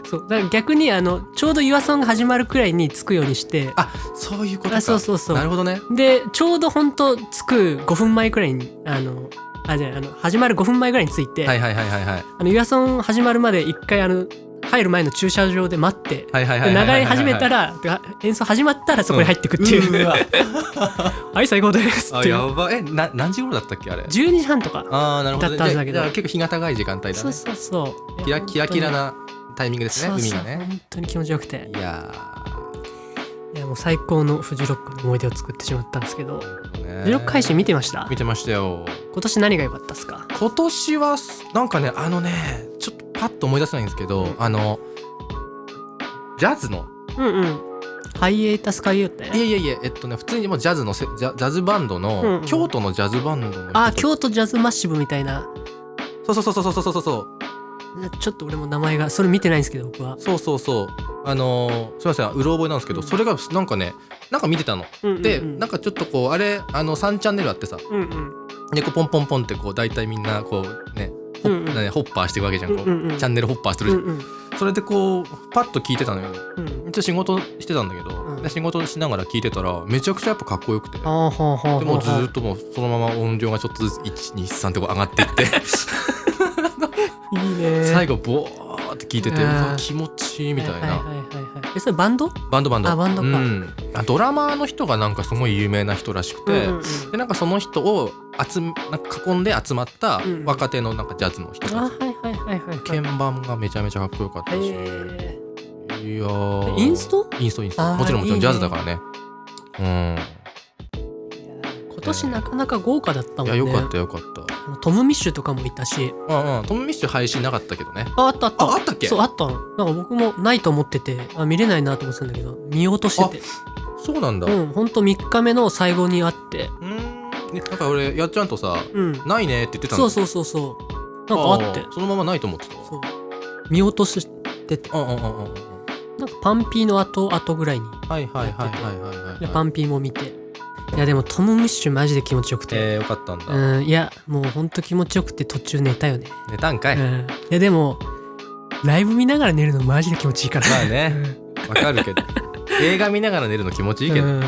そうだから逆にあのちょうど「岩ソンが始まるくらいに着くようにしてあそういうことかあそうそうそうなるほどねでちょうどほんと着く5分前くらいにあのあじゃないあの始まる5分前くらいに着いて、はいはいはいはいはいあの岩ソン始まるまで一回あの入る前の駐車場で待って、はいはいではいはい流れ始めらたら、てか演奏始まったらそこに入ってくっていう,、 *laughs* はい最高です *laughs* っあていうやばえな何時頃だったっけあれ12時半とかああなるほどねだったはずだけじどゃあ結構日が高い時間帯だねそうそうそうキラキラキラなタイミングでですねそうそう海がね本当に気持ちよくていやいやももう最高のフジロックの思い出を作ってしまったんですけどねフジロック配信見てました見てましたよ今年何が良かったっすか今年はなんかねあのねちょっとパッと思い出せないんですけど、あのジャズのうんうんハイエータスカイユーっていやいやいやえっとね普通にもうジャズのせジャジャズバンドの、うんうん京都のジャズバンドの人あ京都ジャズマッシブみたいなそうそうそうそうそうそうそうちょっと俺も名前がそれ見てないんですけど僕は、そうそうそうあのーすいませんうろ覚えなんですけど、うんそれがなんかねなんか見てたの。で、なんかかちょっとこうあれあの3チャンネルあってさうんうんでこうポンポンポンってこう大体みんなこうねホうんうんねホッパーしていくわけじゃんこう、うんうんうんチャンネルホッパーしてるうじゃんん、うんそれでこうパッと聞いてたのようん一応仕事してたんだけど、うんで仕事しながら聞いてたらめちゃくちゃやっぱかっこよくてであーはあはあはあもうずーっともうそのまま音量がちょっとずつ123ってこう上がってい *laughs* っていいね最後後ボーって聞いてて、うんうわ気持ちいいみたいな、はいはいはいはいえそれバンドバンドバンドあバンドかうん、あドラマーの人がなんかすごい有名な人らしくて、うんうんうんでなんかその人を集めなんか囲んで集まったうん若手のなんかジャズの人あたち、はいはいはいはいはい鍵盤がめちゃめちゃかっこよかったし、えいやーインストインストインストあーもちろんもちろいいねんジャズだからねー、今年なかなか豪華だったうんもいんやねよかったよかったトム・ミッシュとかもいたしうんうん、トム・ミッシュ配信なかったけどね。ああったあったああったっけそうあったのなんか僕もないと思っててあ見れないなと思ってたんだけど見ようとしててそうなんだ。ううんほんと3日目の最後にあってーん。えなんか俺、やっちゃんとさ、うんないねって言ってたそのうそうそうそうなんかあってーそのままないと思ってたわ。そう見落としててうんうんうんうんうん。なんかパンピーの後後ぐらいにはいはいはいはいはいはい、でパンピーも見ていやでもトム・ミッシュマジで気持ちよくて、えー、よかったんだ。うんいやもうほんと気持ちよくて途中寝たよね、寝たんかい。うまんいやでもライブ見ながら寝るのマジで気持ちいいからあね、わかるけ *laughs* ど。映画見ながら寝るの気持ちいいけど。ううんん。い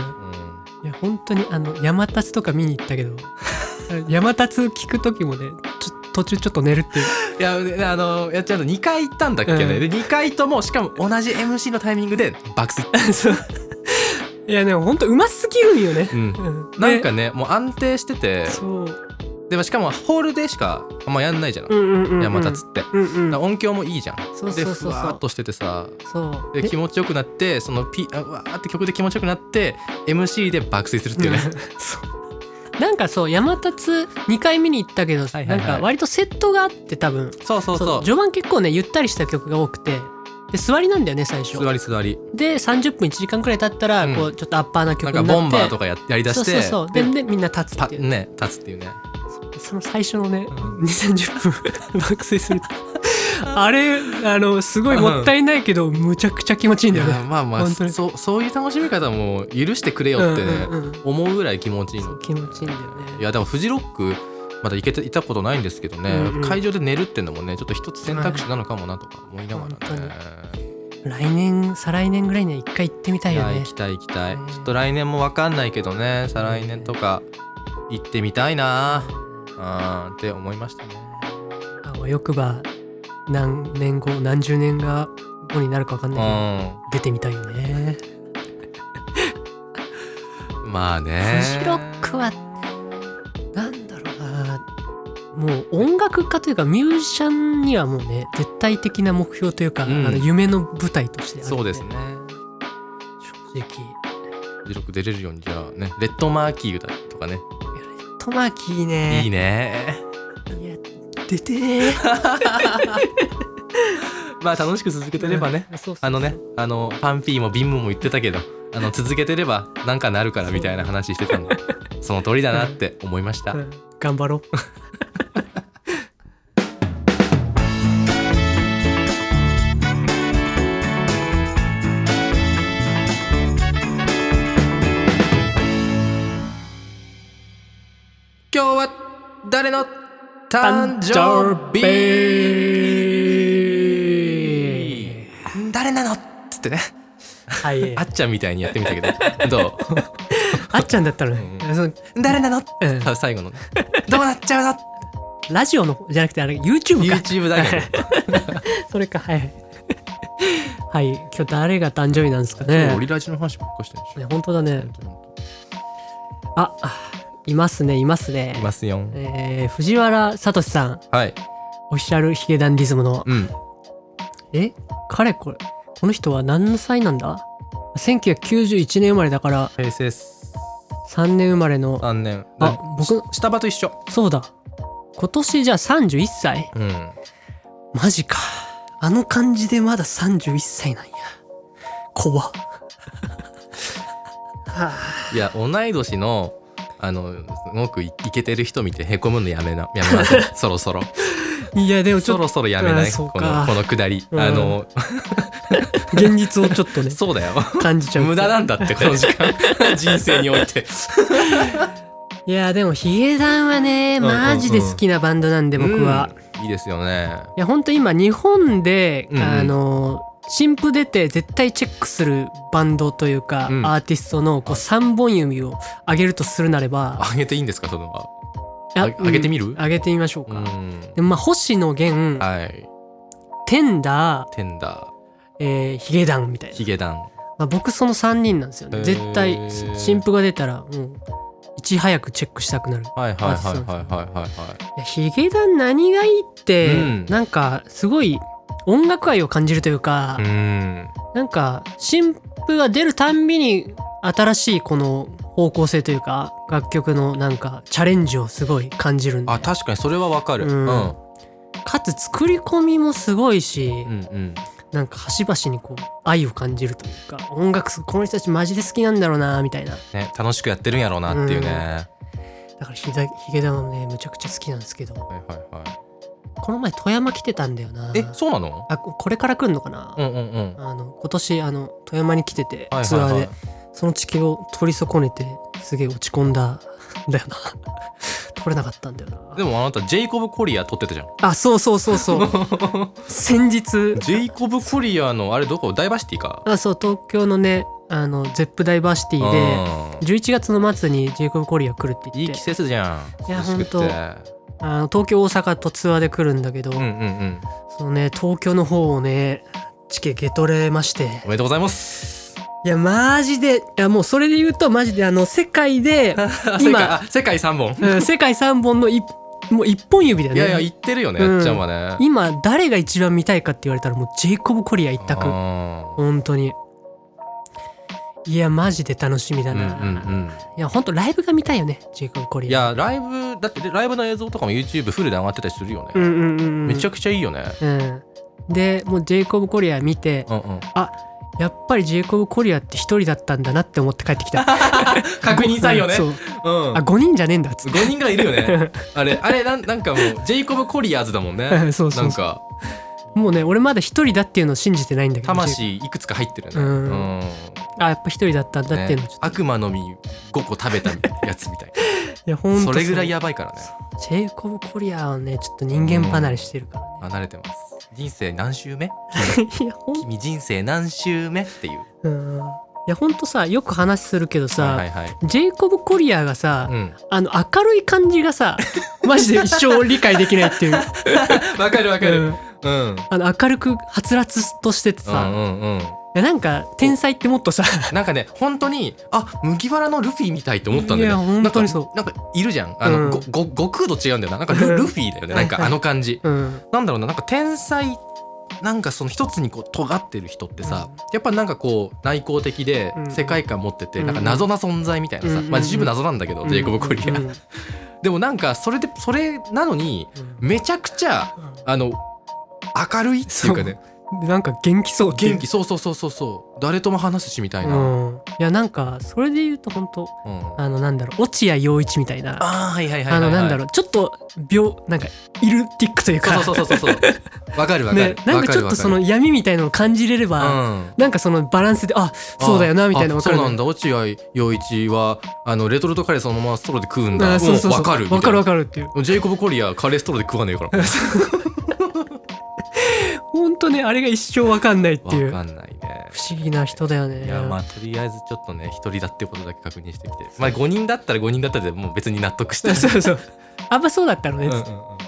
や本当にあの山立とか見に行ったけどあの山立聞く時もねちょ途中ちょっと寝るっていういや、であの、やっちゃんと2回行ったんだっけね。うんで、2回とも、しかも同じ MC のタイミングで爆睡。 *laughs* そういやでも本当うますぎるんよねう、ん。うんなんかね、もう安定しててで、そうでもしかもホールでしかあんまやんないじゃん。うんうんうん、うん、山立って。うんうんだから音響もいいじゃん。そうそうそうそうでふわーっとしててさそうで気持ちよくなってそのピあうわーって曲で気持ちよくなって MC で爆睡するっていうね。そうなんかそう山立2回見に行ったけど、いはいはいなんか割とセットがあって多分そうそうそそうう序盤結構ねゆったりした曲が多くてで座りなんだよね最初座り座りで30分1時間くらい経ったら、うんこうちょっとアッパーな曲なんになかってボンバーとかややりだしてそうそうそうででみんな立つパっていうね立つっていうね。その最初のね、ん2 3 0分爆睡するあれあのすごいもったいないけど、むちゃくちゃ気持ちいいんいだよやねまあまあ本当にそうそういう楽しみ方も許してくれよってね、うんうんうん思うぐらい気持ちいいそのう。気持ちいいんだよねいやでもフジロックまだ行けていたことないんですけどね、うんうん会場で寝るっていうのもねちょっと一つ選択肢なのかもなとか思いながらね。来年再来年ぐらいには一回行ってみたいいよやね行きたい行きたい、ねちょっと来年も分かんないけどね再来年とか行ってみたいなあーって思いましたねあわよくば何年後何十年が後になるか分かんないけど出てみたいよねうんまあねフジロックはなんだろうなもう音楽家というかミュージシャンにはもうね絶対的な目標というか、うんあの夢の舞台としてあるよそうですね正直フジロック出れるようにじゃあねレッドマーキーだとかねいやレッドマーキーねいいねいや出てーまあ楽しく続けてればねうんそうそうそあうのねあのパンピーもビンムも言ってたけどあの続けてればなんかなるからみたいな話してた *laughs* んでその通りだなって思いました、うん頑張ろう今日は誰の誕誕生生日誰なのっつってねはい *laughs* あっちゃんみたいにやってみたけどどあっちゃんだったらね、うそのう誰なのうん最後のねどうなっちゃうラジオの方じゃなくてあれ YouTube のか YouTube だけそれかはいはいはい今日誰が誕生日なんですかねどオリラジの話ばっかしてるでねしょ本当だねああいますねいますねいますよえー藤原聡さんはいオフィシャルヒゲダンディズムのうんえ彼これこの人は何の歳なんだ1991年生まれだから平成3年生まれの3年あ僕し下場と一緒そうだ今年じゃあ31歳うんマジかあの感じでまだ31歳なんや怖っいや同い年のあのすごくいイケてる人見てへこむのやめなやめな *laughs* そろそろいやでもちそょろっそろやめなあいそうこかのこのくだり、うんあのと現実をちょっと *laughs* ねそうだよ感じちゃう無駄なんだってこの時 *laughs* 間人生においていやでもヒゲダンはねうんうんうんマジで好きなバンドなんで僕は、いうんいいですよねやほんと今日本で、うんうんあの新譜出て絶対チェックするバンドというか、うんアーティストのこう3本指を上げるとするなればあげていいんですかそのはいやあ上げてみるうん上げてみましょううか、んでもまあ星野源、はいテンダー、テンダえー、ヒゲダンみたいーな、ヒゲダンまあ、僕その3人なんですよへねー絶対新譜が出たらもういち早くチェックしたくなるはいはいはいはいはいはいいやヒゲダン何がいいって、うんなんかすごい音楽愛を感じるというか、はいうんなんか新譜が出るたんびに新しいこの方向性というか楽曲のなんかチャレンジをすごい感じるんであ確かにそれはわかるううんんうんかつ作り込みもすごいし、うんなんか端々にこう愛を感じるというか音楽すこの人たちマジで好きなんだろうなみたいなね楽しくやってるんやろうなっていうねはだからヒゲダヒゲダンはねむちゃくちゃ好きなんですけどいはいはこの前富山来てたんだよないえそうなのあここれから来るのかな、うんうんうんあの今年あの富山に来ててはいツアーで、はいはいその地形を取り損ねてすげえ落ち込んだ *laughs* んだよな取れなかったんだよなでもあなたジェイコブ・コリア撮ってたじ *laughs* ゃんあそうそうそうそう先日ジェイコブ・コリアのあれどこダイバーシティかあそう東京のねあのゼップダイバーシティでうん11月の末にジェイコブ・コリア来るってい言っいて季節じゃんいや涼しくてほんあの東京大阪とツアーで来るんだけど、うんうんうんそのね東京の方をねチケゲトれましておめでとうございますいやマジでいやもうそれで言うとマジであの世界 *laughs* 世で界今あ世界3本うん世界3本のいもう1本指だよいねやいや行ってるよねうんやっちゃんはね今誰が一番見たいかって言われたらもうジェイコブ・コリア一択あ本当にいやマジで楽しみーだうんな、うんいや本当ライブが見たいよねジェイコブ・コうんリアいやライブだってでライブの映像とかも YouTube フルで上がってたりするようんねうんうんうんめちゃくちゃいいよねうんでもうジェイコブ・コリア見てうんうんあやっぱりジェイコブ・コリアって一人だったんだなって思って帰ってきた *laughs* 確認さんよねそううんあ5人じゃねえんだっつって5人ぐらいいるよねあれあれなんなんかもうジェイコブ・コリアーズだもんそうねそうそうなんかもうね俺まだ一人だっていうのを信じてないんだけど魂いくつか入ってるよねううんんあやっぱ一人だったんだっていうのをちょっと、悪魔の実5個食べたやつみたいいやほんなそとれぐらいうやばいからねジェイコブ・コリアはねちょっと人間離れしてるからね、離れてます人生何周目いやほん君人生何周目っていううんいやほんとさよく話するけどさ、はいはいはいジェイコブ・コリアがさ、うんあの明るい感じ *laughs* がさマジで一生理解できないっていう、わかるわかうるんうんあの明るくはつらつとしててうさ、んいうんうんやなんか天才ってもっとさなんかね本当にあ麦わらのルフィみたいと思ったんだよねいや本当にそうなんかなんかいるじゃんあうの、んごご悟空と違うんだよななんかうんルルフィだよねなんかあの感じうんなんだろうななんか天才なんかその一つにこう尖ってる人ってさ、やっぱなんかこう内向的でうん世界観持ってて、うんなんか謎な存在みたいなさ、うんまあ自分謎なんだけど、ジェイコブ・コリア、うんうんうんでもなんかそれでそれなのにめちゃくちゃあの明るいっていうかねでなんか元気そうっていう元気そうそうそうそうそう誰とも話すしみたいな、うんうん、いやなんかそれで言うと本当あのなんだろう落合陽一みたいなあーはいはいはいはあい、はのい、なんだろうちょっと病なんかイルティックというかそうそうそうそうそうわかるわかるね、なんかちょっとそのわ闇みたいのを感じれれかるば、わかるうんなんかそのバランスであそうだよなみたいなあわかそうるなんだだ落合陽一はあのレトルトカレーそのままストローで食うんだそうそうそ分うかるわかるわかかるっていうるジェイコブ・コリアカレーストローで食わねえから *laughs* 本当ねあれが一生わかんないってい分うかんないね不思議な人だよねいやまあとりあえずちょっとね一人だってことだけ確認してきてまあ5人だったら5人だったらでもう別に納得して *laughs* そうそうあんまそうだったのね、うんうん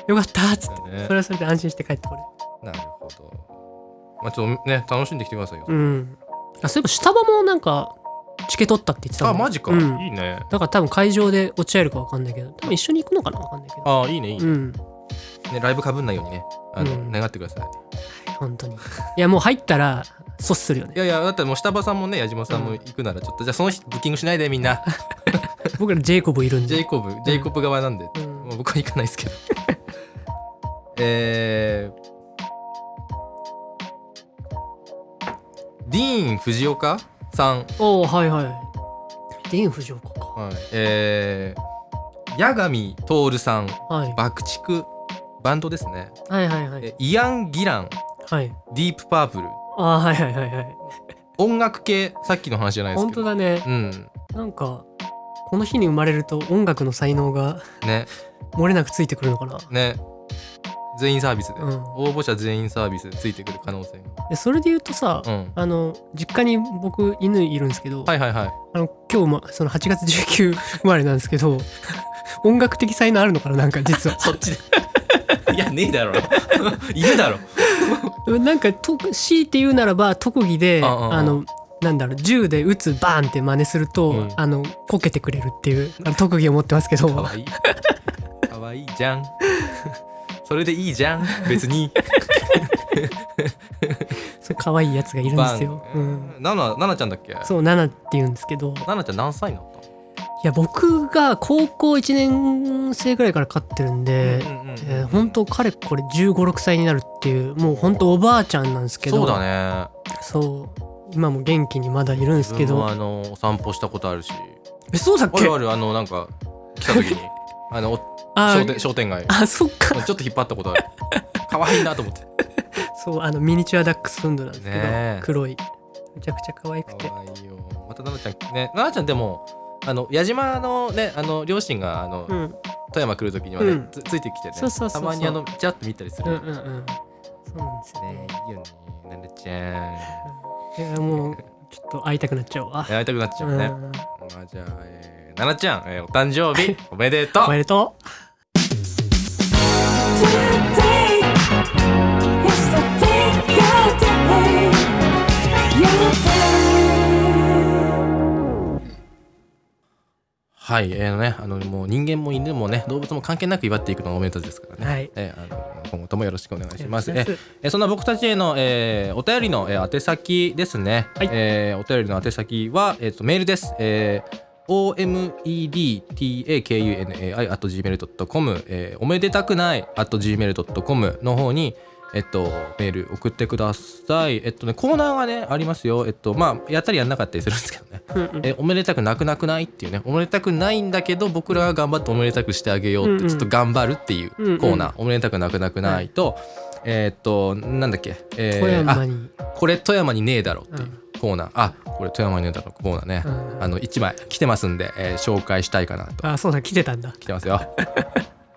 よかったっつってうんねそれはそれで安心して帰ってこれなるほどまあちょっとね楽しんできてくださいようんあそういえばスタバもなんかチケ取ったって言ってたあんだマジかうんいいねだから多分会場で落ち合えるかわかんないけど多分一緒に行くのかなわかんないけどああいいねいいねうんねライブかぶんないようにねあうのん願ってください本当にいやもう入ったら阻止するよねいやいやだってもう下場さんもね矢島さんも行くならちょっと、じゃあその日ブッキングしないでみんな僕らジェイコブいるんジェでイコブジェイコブ側なんで、うんまあ僕は行かないです *laughs* けどえー、ディーン・藤岡さんおおはいはいディーン・フジオカかはい、えー、八神徹さんはい爆竹バンドですね、はいはいはいえイアン・ギランはいディープ・パープルああはいはいはいはい音楽系さっきの話じゃないです本けど当だねうんなんかこの日に生まれると音楽の才能がね漏れなくついてくるのかなね全員サービスで、うん応募者全員サービスでついてくる可能性がでそれで言うとさ、うんあの実家に僕犬いるんですけど、はいはいはいあの今日、ま、その8月19生まれなんですけど *laughs* 音楽的才能あるのかななんか *laughs* 実はそっちでいやねえだろ *laughs* いるだろなんかと強いて言うならば特技であああああのなんだろう銃で撃つバーンって真似すると、うんあのこけてくれるっていうあの特技を持ってますけかどわいいかわいいじゃんそれでいいじゃん別にそう可愛いやつがいるんですよ。うん、ナナナナちゃんだっけそうナナって言うんですけどナナちゃん何歳になっいや僕が高校1年生ぐらいから飼ってるんたで、うんうんうんえー本当彼これ1 5 6歳になるっていうもう本当おばあちゃんなんですけどそうだねそう今も元気にまだいるんですけ自分もどあのお散歩したことあるしあえそうだっけるあるあのなんか来た時 *laughs* にあのおあ商店商店街あそっかちょっと引っ張ったことある可愛いなと思ってそうあのミニチュアダックスフンドなんですけど、ねえ黒いめちゃくちゃ可愛くて可愛いよまた奈々ちゃんね奈々ちゃんでもあの矢島のねあの両親があの、うん富山来る時にはね、うんつついてきてねそうそうそうそうたまにあのチャって見たりすうんうる、んうんそうなんですよねねいいよね奈々ちゃいやもうちょっと会いたくなっちゃうわんやりたくなっちゃうね、うんまあじゃあ、えー、奈々ちゃん、えーお誕生日おめでとうおめでとう Today is the day, your day, your day. はい、えーね、あのもう人間も犬もね動物も関係なく祝っていくのがおめでたちですからね、はいえーあの今後ともよろしくお願いします。お願いしえますーそんな僕たちへの、えーお便りの、えー宛先ですね、はいえーお便りの宛先は、えーとメールです。えー omedtakunai.gmail.com、えーおめでたくない .gmail.com の方に、えっと、メール送ってください。えっとね、コーナーがね、ありますよ。えっと、まあ、やったりやんなかったりするんですけどね。えおめでたくなくなくないっていうねおめでたくないんだけど僕らが頑張っておめでたくしてあげようって、うんうんちょっと頑張るっていううんうんコーナー、おめでたくなくなくないと、えーっとなんだっけ、えー富山にあこれ富山にねえだろっていうコーナー、あこれ富山にねえだろコーナーね、うんあの1枚来てますんで、えー紹介したいかなとあそうだ来てたんだ来て *laughs* ますよ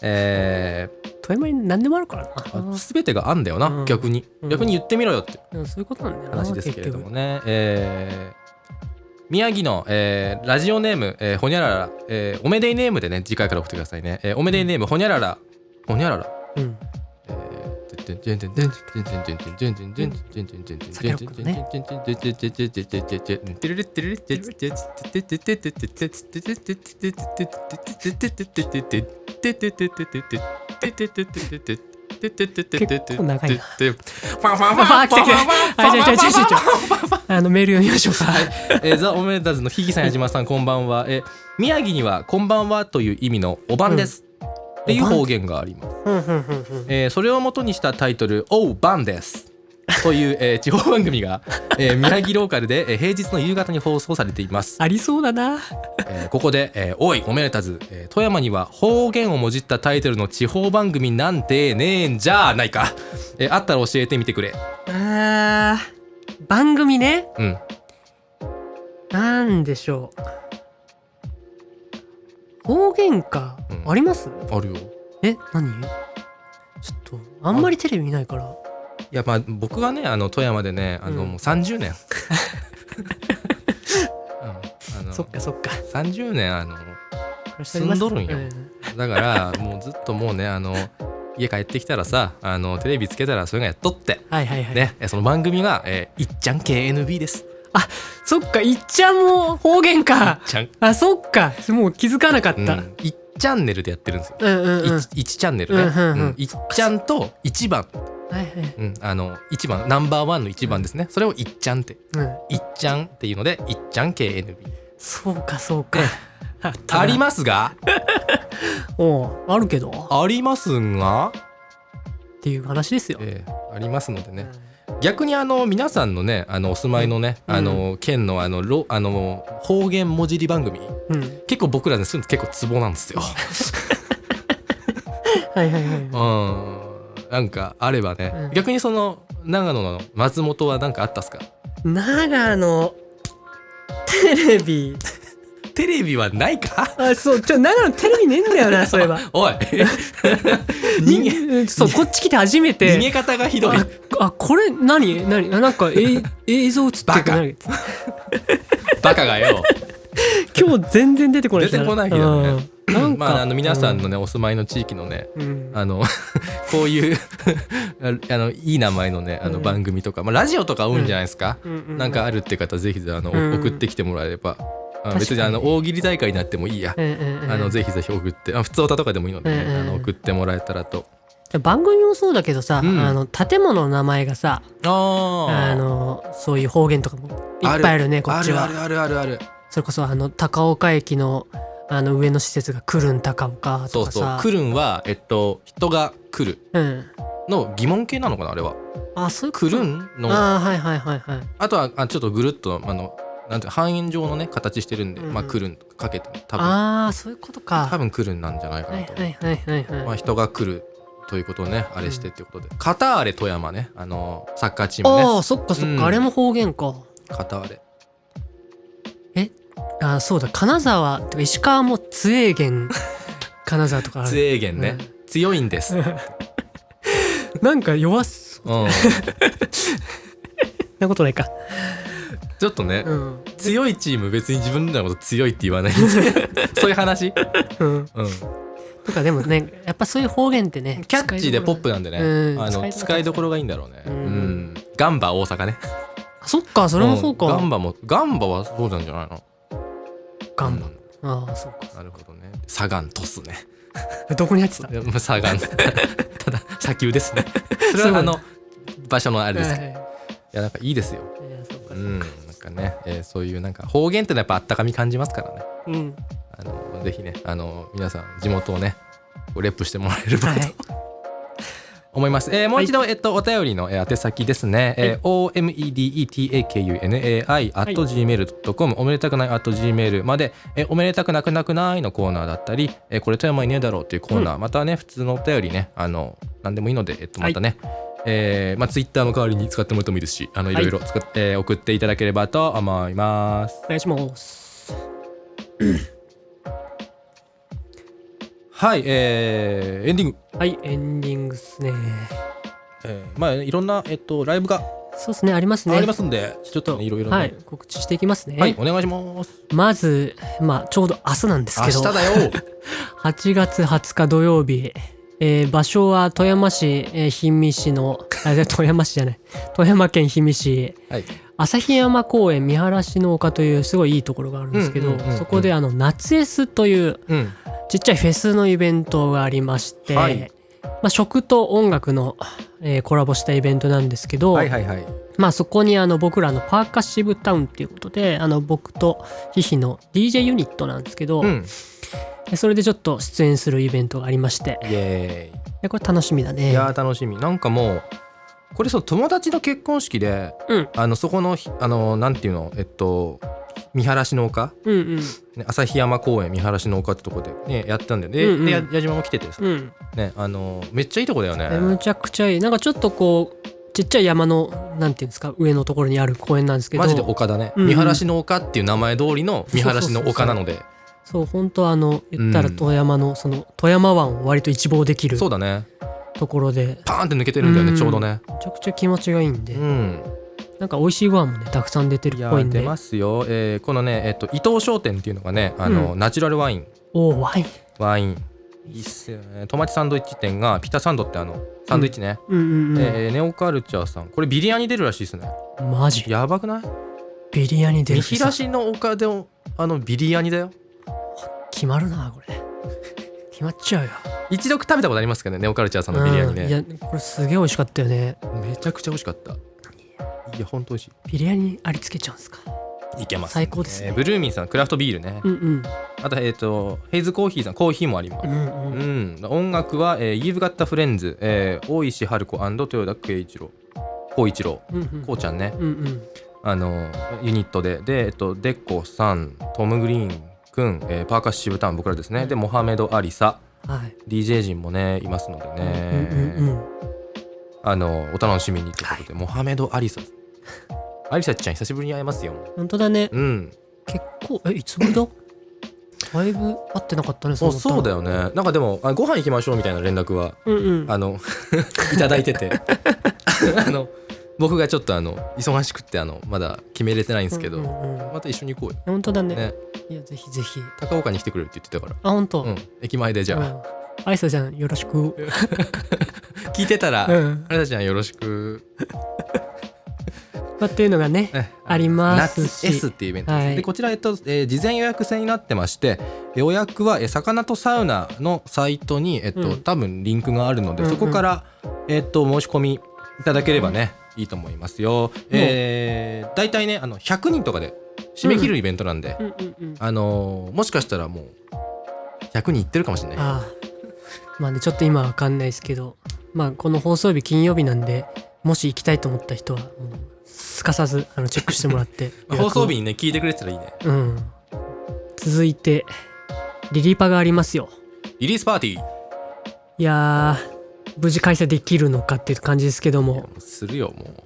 え富山に何でもあるからなー、全てがあんだよな、うん逆にうん逆に言ってみろよってうんそういうことなんだよな話ですけれどもね、えー宮城の、えーラジオネーム、えーほにゃらら、えーおめでいネームでね次回から送ってくださいね、えーおめでいネームほにゃららほにゃらら結局うんえーあのメール読みましょうかえー、ザ・オメダーズのひぎさん矢島さんこんばんは、えー宮城には「こんばんは」という意味の「おばん」です、っていう方言があります、うんうんうんうんえーそれを元にしたタイトル「おうばん」ですという、えー地方番組が、えー宮城ローカルで、えー平日の夕方に放送されています、ありそうだなえーここで、えーおいおめでたず、えー富山には方言をもじったタイトルの地方番組なんてねえんじゃないか、えーあったら教えてみてくれあー番組ねうんなんでしょう方言か、うんありますあるよえ何ちょっとあんまりテレビ見ないからいやまあ僕はねあの富山でねあの、うんもう30年、 *laughs* うん、あのそっかそっか30年あの住ん住んどるんよだからもうずっともうねあの家帰ってきたらさあのテレビつけたらそれがやっとってはいはいはい、ねえその番組が、えーいっちゃん KNB ですいっそっかいっちゃんも方言かちゃん、あそっかもう気づかなかっうた、うんん、いっチャンネルでやってるんですよ、うんうんいちいちチャンネルね、うんうんうんうんいっちゃんと1番はいはい。うん、あの一番ナンバーワンの一番ですねそれをいっちゃんってうん。いっちゃんっていうのでいっちゃん KNB そうかそう *laughs* か。ありますがおうあるけどっありますが、ていう話ですよ。ええありますのでうねん逆にあの皆さんのねあのお住まいのね、うんあの県のあのろあの方言文字り番組うん。結構僕らねするの結構ツボなんですよ。はいはいはい。うん、なんかあればね、うん逆にその長野の松本は何かあったっすか長野テレビテレビはないか *laughs* *laughs* あそうちょ長野テレビねえんだよ *laughs* なそういえばおい逃げげそうこっち来て初めて逃げ方がひ *laughs* どい。ああこれ何何あなん *laughs* かえ映像映ってるバカ何バカがよ。今日全然出てこない出日だてこないけどね。うんなんか、まあ、あの皆さんのね、お住まいの地域のね、うん、あの *laughs* こう *laughs* いうあのいい名前のねあのうん番組とか、まあ、ラジオとか多いんじゃないですか、うんうなんかあるって方ぜひぜひあの、うん送ってきてもらえれば、あ確かに別にあの大喜利大会になってもいいや、うんうんうんあのぜひぜひ送ってあ普通歌とかでもいいので、ねうんうんあの送ってもらえたらと番組もそうだけどさ、うんあの建物の名前がさああのそういう方言とかもいっぱいあるねこっちはあるあるあるあるあるそれこそあの高岡駅のあの上の施設が来るん高岡そとうかそうさ来るんはえっと人が来るうんの疑問形なのかなあれはあそういうこと来るんのああはいはいはいはいあとはあちょっとぐるっとあのなんていうの半円状のね形してるんで、うんまあ来るんとかかけても多分ああそういうことか多分来るんなんじゃないかはないと、はいはいはいはい、まあ、人が来るということをねあれしてっていうことで、カターレ富山ねあのサッカーチームねああそっかそっか、うんあれも方言かカターレあーそうだ金沢とか石川も津営 *laughs* 源金沢とかある強い源ね、強いんです、うん、なんか弱そ *laughs* んなことないかちょっとね、うん強いチーム別に自分らのこと強いって言わないん *laughs* でそういう話、うん *laughs* うん、とかでもねやっぱそういう方言ってねキャッチーでポップなんでね、うんあの使使いいどどこころがいいんだろうね、ううんんガンバ大阪ねあそっかそれもそうか、んガンバもガンバはそうなんじゃないのガンバうんああそうかなるほどね。サガン鳥栖ね。えどこに入ってたまあサガ *laughs* ン。ただ砂丘ですね。 *laughs* それすごはいあの場所のあれですけど。いはいはいやなんかいいですよ。いやそうかう。そうんかなんかね、えーそういうなんか方言ってのはやっぱあったかみ感じますからね。うんあのぜひね、あの皆さん地元をね、こうレップしてもらえればはと。い思います。えーもう一度、えっと、お便りの、えー宛先ですね。えー omedetakuna at gmail.com、おめでたくない at gmail まで、えーおめでたくなくなくないのコーナーだったり、えーこれ富山いねえだろうっていうコーナー、またね、普通のお便りね、あの、なんでもいいので、えっと、またね、えーまあ、ツイッターの代わりに使ってもらってもいいですし、あの、いろいろ使っ、えー送っていただければと思います。お願いしますはい、えーエンディング。はいエンディングっすねえーまあ、いろんな、えっと、ライブがそうですねありますねありますんで、ちょっとね、いろいろね、はい告知していきますね、はい、お願いします。まずまあちょうど明日なんです明けど日だよ。 8月20日土曜日、えー場所は富山市、えー氷見市のあじゃあ富山市じゃない富山県氷見市はい。旭山公園見晴らしの丘というすごいいいところがあるんですけど、うんうんうんうんそこであの夏エスといううん。ちっちゃいフェスのイベントがありまして、はいまあ、食と音楽の、えーコラボしたイベントなんですけど、はいはいはい。まあ、そこにあの僕らのパーカッシブタウンっていうことであの僕とヒヒの DJ ユニットなんですけど、うん。でそれでちょっと出演するイベントがありましてイエでこれ楽しみだーイ。ねいやー楽しみ。なんかもうこれそう友達の結婚式で、うんあのそこのひあのなんていうのえっと見晴らしの丘、うんうんね、旭山公園見晴らしの丘ってとこでねやったんだよね。うんうんでや矢島も来ててさ、うんねあのめっちゃいいとこだよえむね。ちゃくちゃいいなんかちょっとこうちっちゃい山のなんていうんですか上のところにある公園なんですけどマジで丘だね。うんうん見晴らしの丘っていう名前通りの見晴らしの丘なので、そう本当あの言ったらうん富山の、その富山湾を割と一望できるそうだね。ところでパーンって抜けてるんだよね、うんちょうどね。めちゃくちゃ気持ちがいいんで、うん。なんか美味しいご飯もねたくさん出ているっやぽいーん出でますよ。えーこのねえっと伊藤商店っていうのがねあの、うナチュラルワインおおワインワインいいっすよねトマチサンドイッチ店がピタサンドってあのサンドイッチね、うんうんうん、えーネオカルチャーさんこれビリヤニ出るらしいですねマジやばくないビリヤニ出見るし開らしの丘でもあのビリヤニだよ決まるなこれ決まっちゃうよ一度食べたことありますかねネオカルチャーさんのビリヤニうんいねやこれすげえ美味しかったよねめちゃくちゃ美味しかったいや本当美味しビリヤニにありつけちゃうんですかいいけます、最高ですねえーブルーミンさんクラフトビールね、うんうんあとえっ、とヘイズコーヒーさんコーヒーもありますうんうんうん、音楽は、えー、You've Got a Friends、えー、大石春子豊田圭一郎光一郎うんうんこうちゃんね、うんうんあのユニットでで、えっと、デッコさんトム・グリーン君、えーパーカッシブタウン僕らですねでモハメド・アリサはい DJ 陣もねいますのでね、うんうんあのお楽しみにということで、モハメド・アリ *laughs* サアリサちゃん久しぶりに会えますよ本当だねうん結構えいつぶりだだいぶ会ってなかったねそうそうだよよねなんかでもあご飯行きましょうみたいな連絡はうんうんあの *laughs* いただいて *laughs* てあの僕がちょっとあの忙しくってあのまだ決めれてないんですけど、うんうんうんまた一緒に行こうよ、本当だねね、いやぜひぜひ高岡に来てくれるって言ってたからあ本当、うん駅前でじゃあ、あいさちゃんよろしく聞いてたら、うんあなたちゃんよろしくまあっていうのがねねあります夏し S っていうイベントです、はいでこちら、えっとえー事前予約制になってましてえー予約は、えー魚とサウナのサイトに、えっとうん多分リンクがあるので、うんうんそこから、えっと申し込みいただければね、いいと思いますよ、えー、大体ねあの100人とかで締め切るイベントなんで、うんうんうんあのーもしかしたらもう100人いってるかもしれないああまあねちょっと今はわかんないですけどまあこの放送日金曜日なんでもし行きたいと思った人はもうすかさずあのチェックしてもらってま *laughs* あ放送日にね聞いてくれてたらいいねうん続いてリリーパがありますよリリースパーティーいやー無事開催できるのかっていう感じですけどいやももうするよもう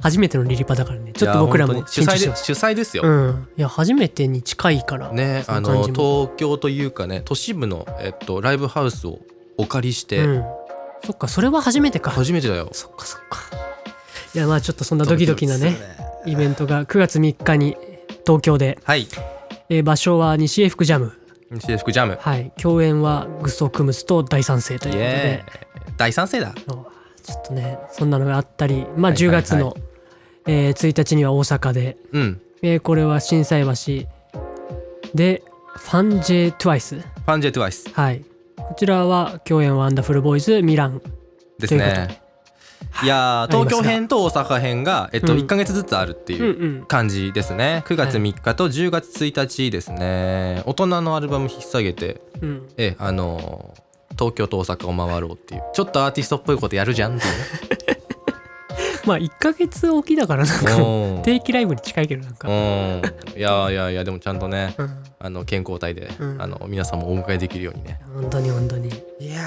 初めてのリリーパだからねちょっと僕らもいや本当緊に張し主て催まです主催ですよ、うんいや初めてに近いからね、そあの感のじも東京というかね都市部の、えっと、ライブハウスをお借りして、うんそっかそれは初めてか初めてだよそっかそっかいやまあちょっとそんなドキドキなねイベントが9月3日に東京で、はいえー場所は西英福ジャム制服ジャムはい共演はグソクムスと大賛成とイいうことでエーイ第三世だあのちょっとねそんなのがあったりまあはいはい10はい月の、えー1日には大阪で、うんえーこれは心斎橋でファンジェトゥワイスファンジェトゥワイスはいこちらは共演ワンダフルボーイズミランですというこねいやーありますが東京編と大阪編が、えっとうん1か月ずつあるってうんういうん感じですね9月3日と10月1日ですね大人のアルバム引っ提げてうんええあのー東京と大阪を回ろうっていうちょっとアーティストっぽいことやるじゃんっていうね *laughs* まあ1ヶ月おきだからなんかもううん定期ライブに近いけどなんかうんいやいやいやでもちゃんとねうんあの健康体で、うんあの皆さんもお迎えできるようにね本当に本当にいや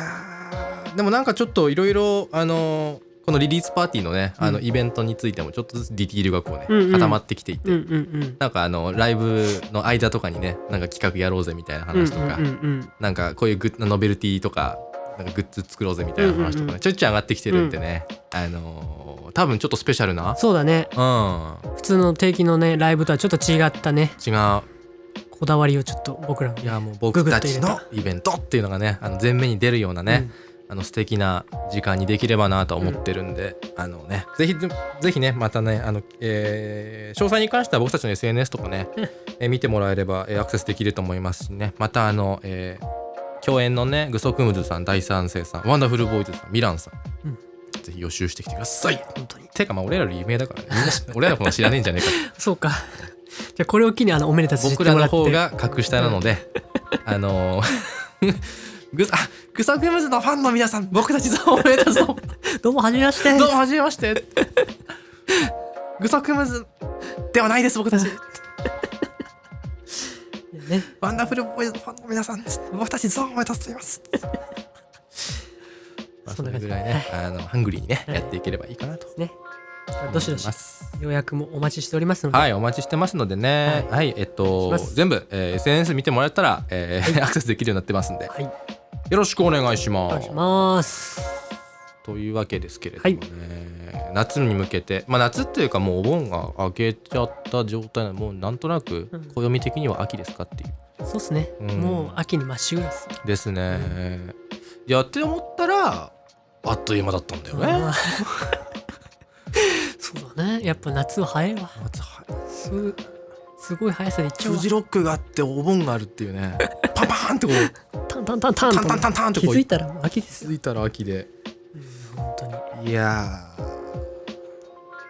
ーでもなんかちょっといろいろあのーこのリリースパーティーのね、あのイベントについてもちょっとずつディティールがこうね、うんうん固まってきていて、うんうんうんなんかあのライブの間とかにねなんか企画やろうぜみたいな話とか、うんうんうんなんかこういうグッノベルティとかなんかグッズ作ろうぜみたいな話とか、ねうんうんうんちょいちょい上がってきてるんでね、あのー多分ちょっとスペシャルなそうだねうん普通の定期のねライブとはちょっと違ったね違うこだわりをちょっと僕らもいやもう僕たちググのイベントっていうのがねあの前面に出るようなね、あの素敵な時間にできればなと思ってるんで、あのねぜひぜひねまたねあの、えー詳細に関しては僕たちの SNS とかね、えー見てもらえれば、えーアクセスできると思いますしねまたあの、えー共演のねグソクムズさん大賛成さんワンダフルボーイズさんミランさん、うんぜひ予習してきてください本当にてかまあ俺らより有名だからねみんな知俺らのこと知らねえんじゃねえかそうか *laughs* じゃあこれを機にあのおめでた *laughs* つ知って僕もららのって方が格下なので *laughs* あのー *laughs* グサあグサクムズのファンの皆さん僕たちそうおめでとうぞ *laughs* どうもはじめましてどうもはじめましてグサクムズではないです僕た *laughs* ちねワンダフルボーイズのファンの皆さん僕たちそうおめでとうございますまあそそんなれ感じぐらいね、あのハングリーにね、やっていければいいかなとね思いどしどします予約もお待ちしておりますので、はい、お待ちしてますのでね、はい、えっしとます、全部、えー SNS 見てもらったら、えーアクセスできるようになってますんで、はい、よろしくお願いしおま願いすし。ますというわけですけれどもね、夏に向けて、まあ、夏っていうかもうお盆が明けちゃった状態なのでもうなんとなくうん暦的には秋ですかっていうそうっすね、うんもう秋にまっしぐらっすですね、いやって思ったらあっという間だったんだよね、うん *laughs* そうだねやっぱ夏は早いわ夏はすすごい速さでいっちゃうフわ *laughs* ジロックがあってお盆があるっていうねパパーンってこうタンンタンタンタタンンタンタンタンって気こうづいたらもう秋です気よづいたら秋で本当にいや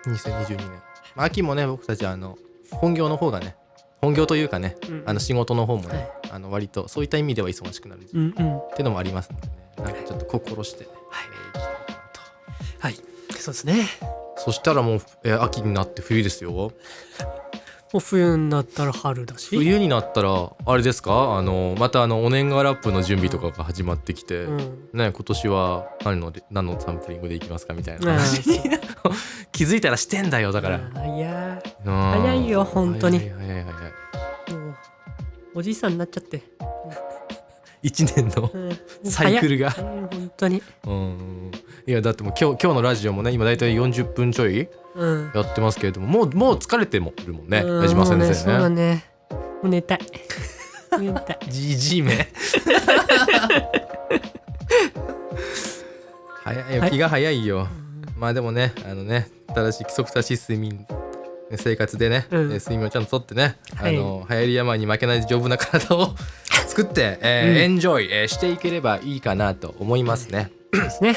ー2022年、まあ、秋もね僕たちあの本業の方がね本業というかね、うんあの仕事の方もね、はいあの割とそういった意味では忙しくなるっうんうんてのもありますのでねなんかちょっと心してね、えー生きていこうかなとはいそうですねそしたらもう、えー秋になって冬ですよもう冬になったら春だし冬になったらあれですかあのまたあのお年賀ラップの準備とかが始まってきて、うんね、今年は何の何のサンプリングでいきますかみたいなああ話、そう *laughs* 気づいたらしてんだよだから、あいやうん早いよ本当に早い早い早い早いーもうおじいさんになっちゃって、一年のうんサイクルが早いうん本当にうんいやだってもう今日今日のラジオもね今大体40分ちょいうんやってますけれどももうもう疲れてもるもんねうん矢島先もうそう生だねねもう寝 *laughs* たい寝たいじじい *laughs* め早いよ気が早いよ、まあでもねあのね正しい規則正しい睡眠生活でね、うんえー睡眠をちゃんととってね、はいあの流行り病に負けない丈夫な体 *laughs* を作って、えーエンジョイ、えーしていければいいかなと思いますね。ですね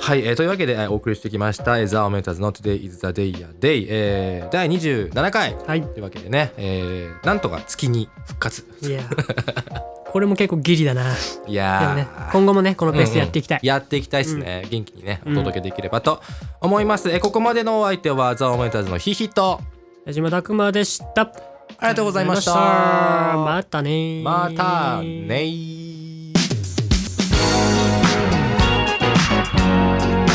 はい、えーというわけで、えーお送りしてきました「えー The Ometers Not Today is the Day a Day、えー」第27回はいというわけでね、えーなんとか月に復活い *laughs* やーこれも結構ギリだな。いでやもーね、今後もね、このペースでやっていきたい。うんうんやっていきたいですね、元気にねお届けできればと思います、えここまでのお相手はザ・オメンターズのヒヒと矢島拓馬でした。ありありがとうございましたまたねーまたねー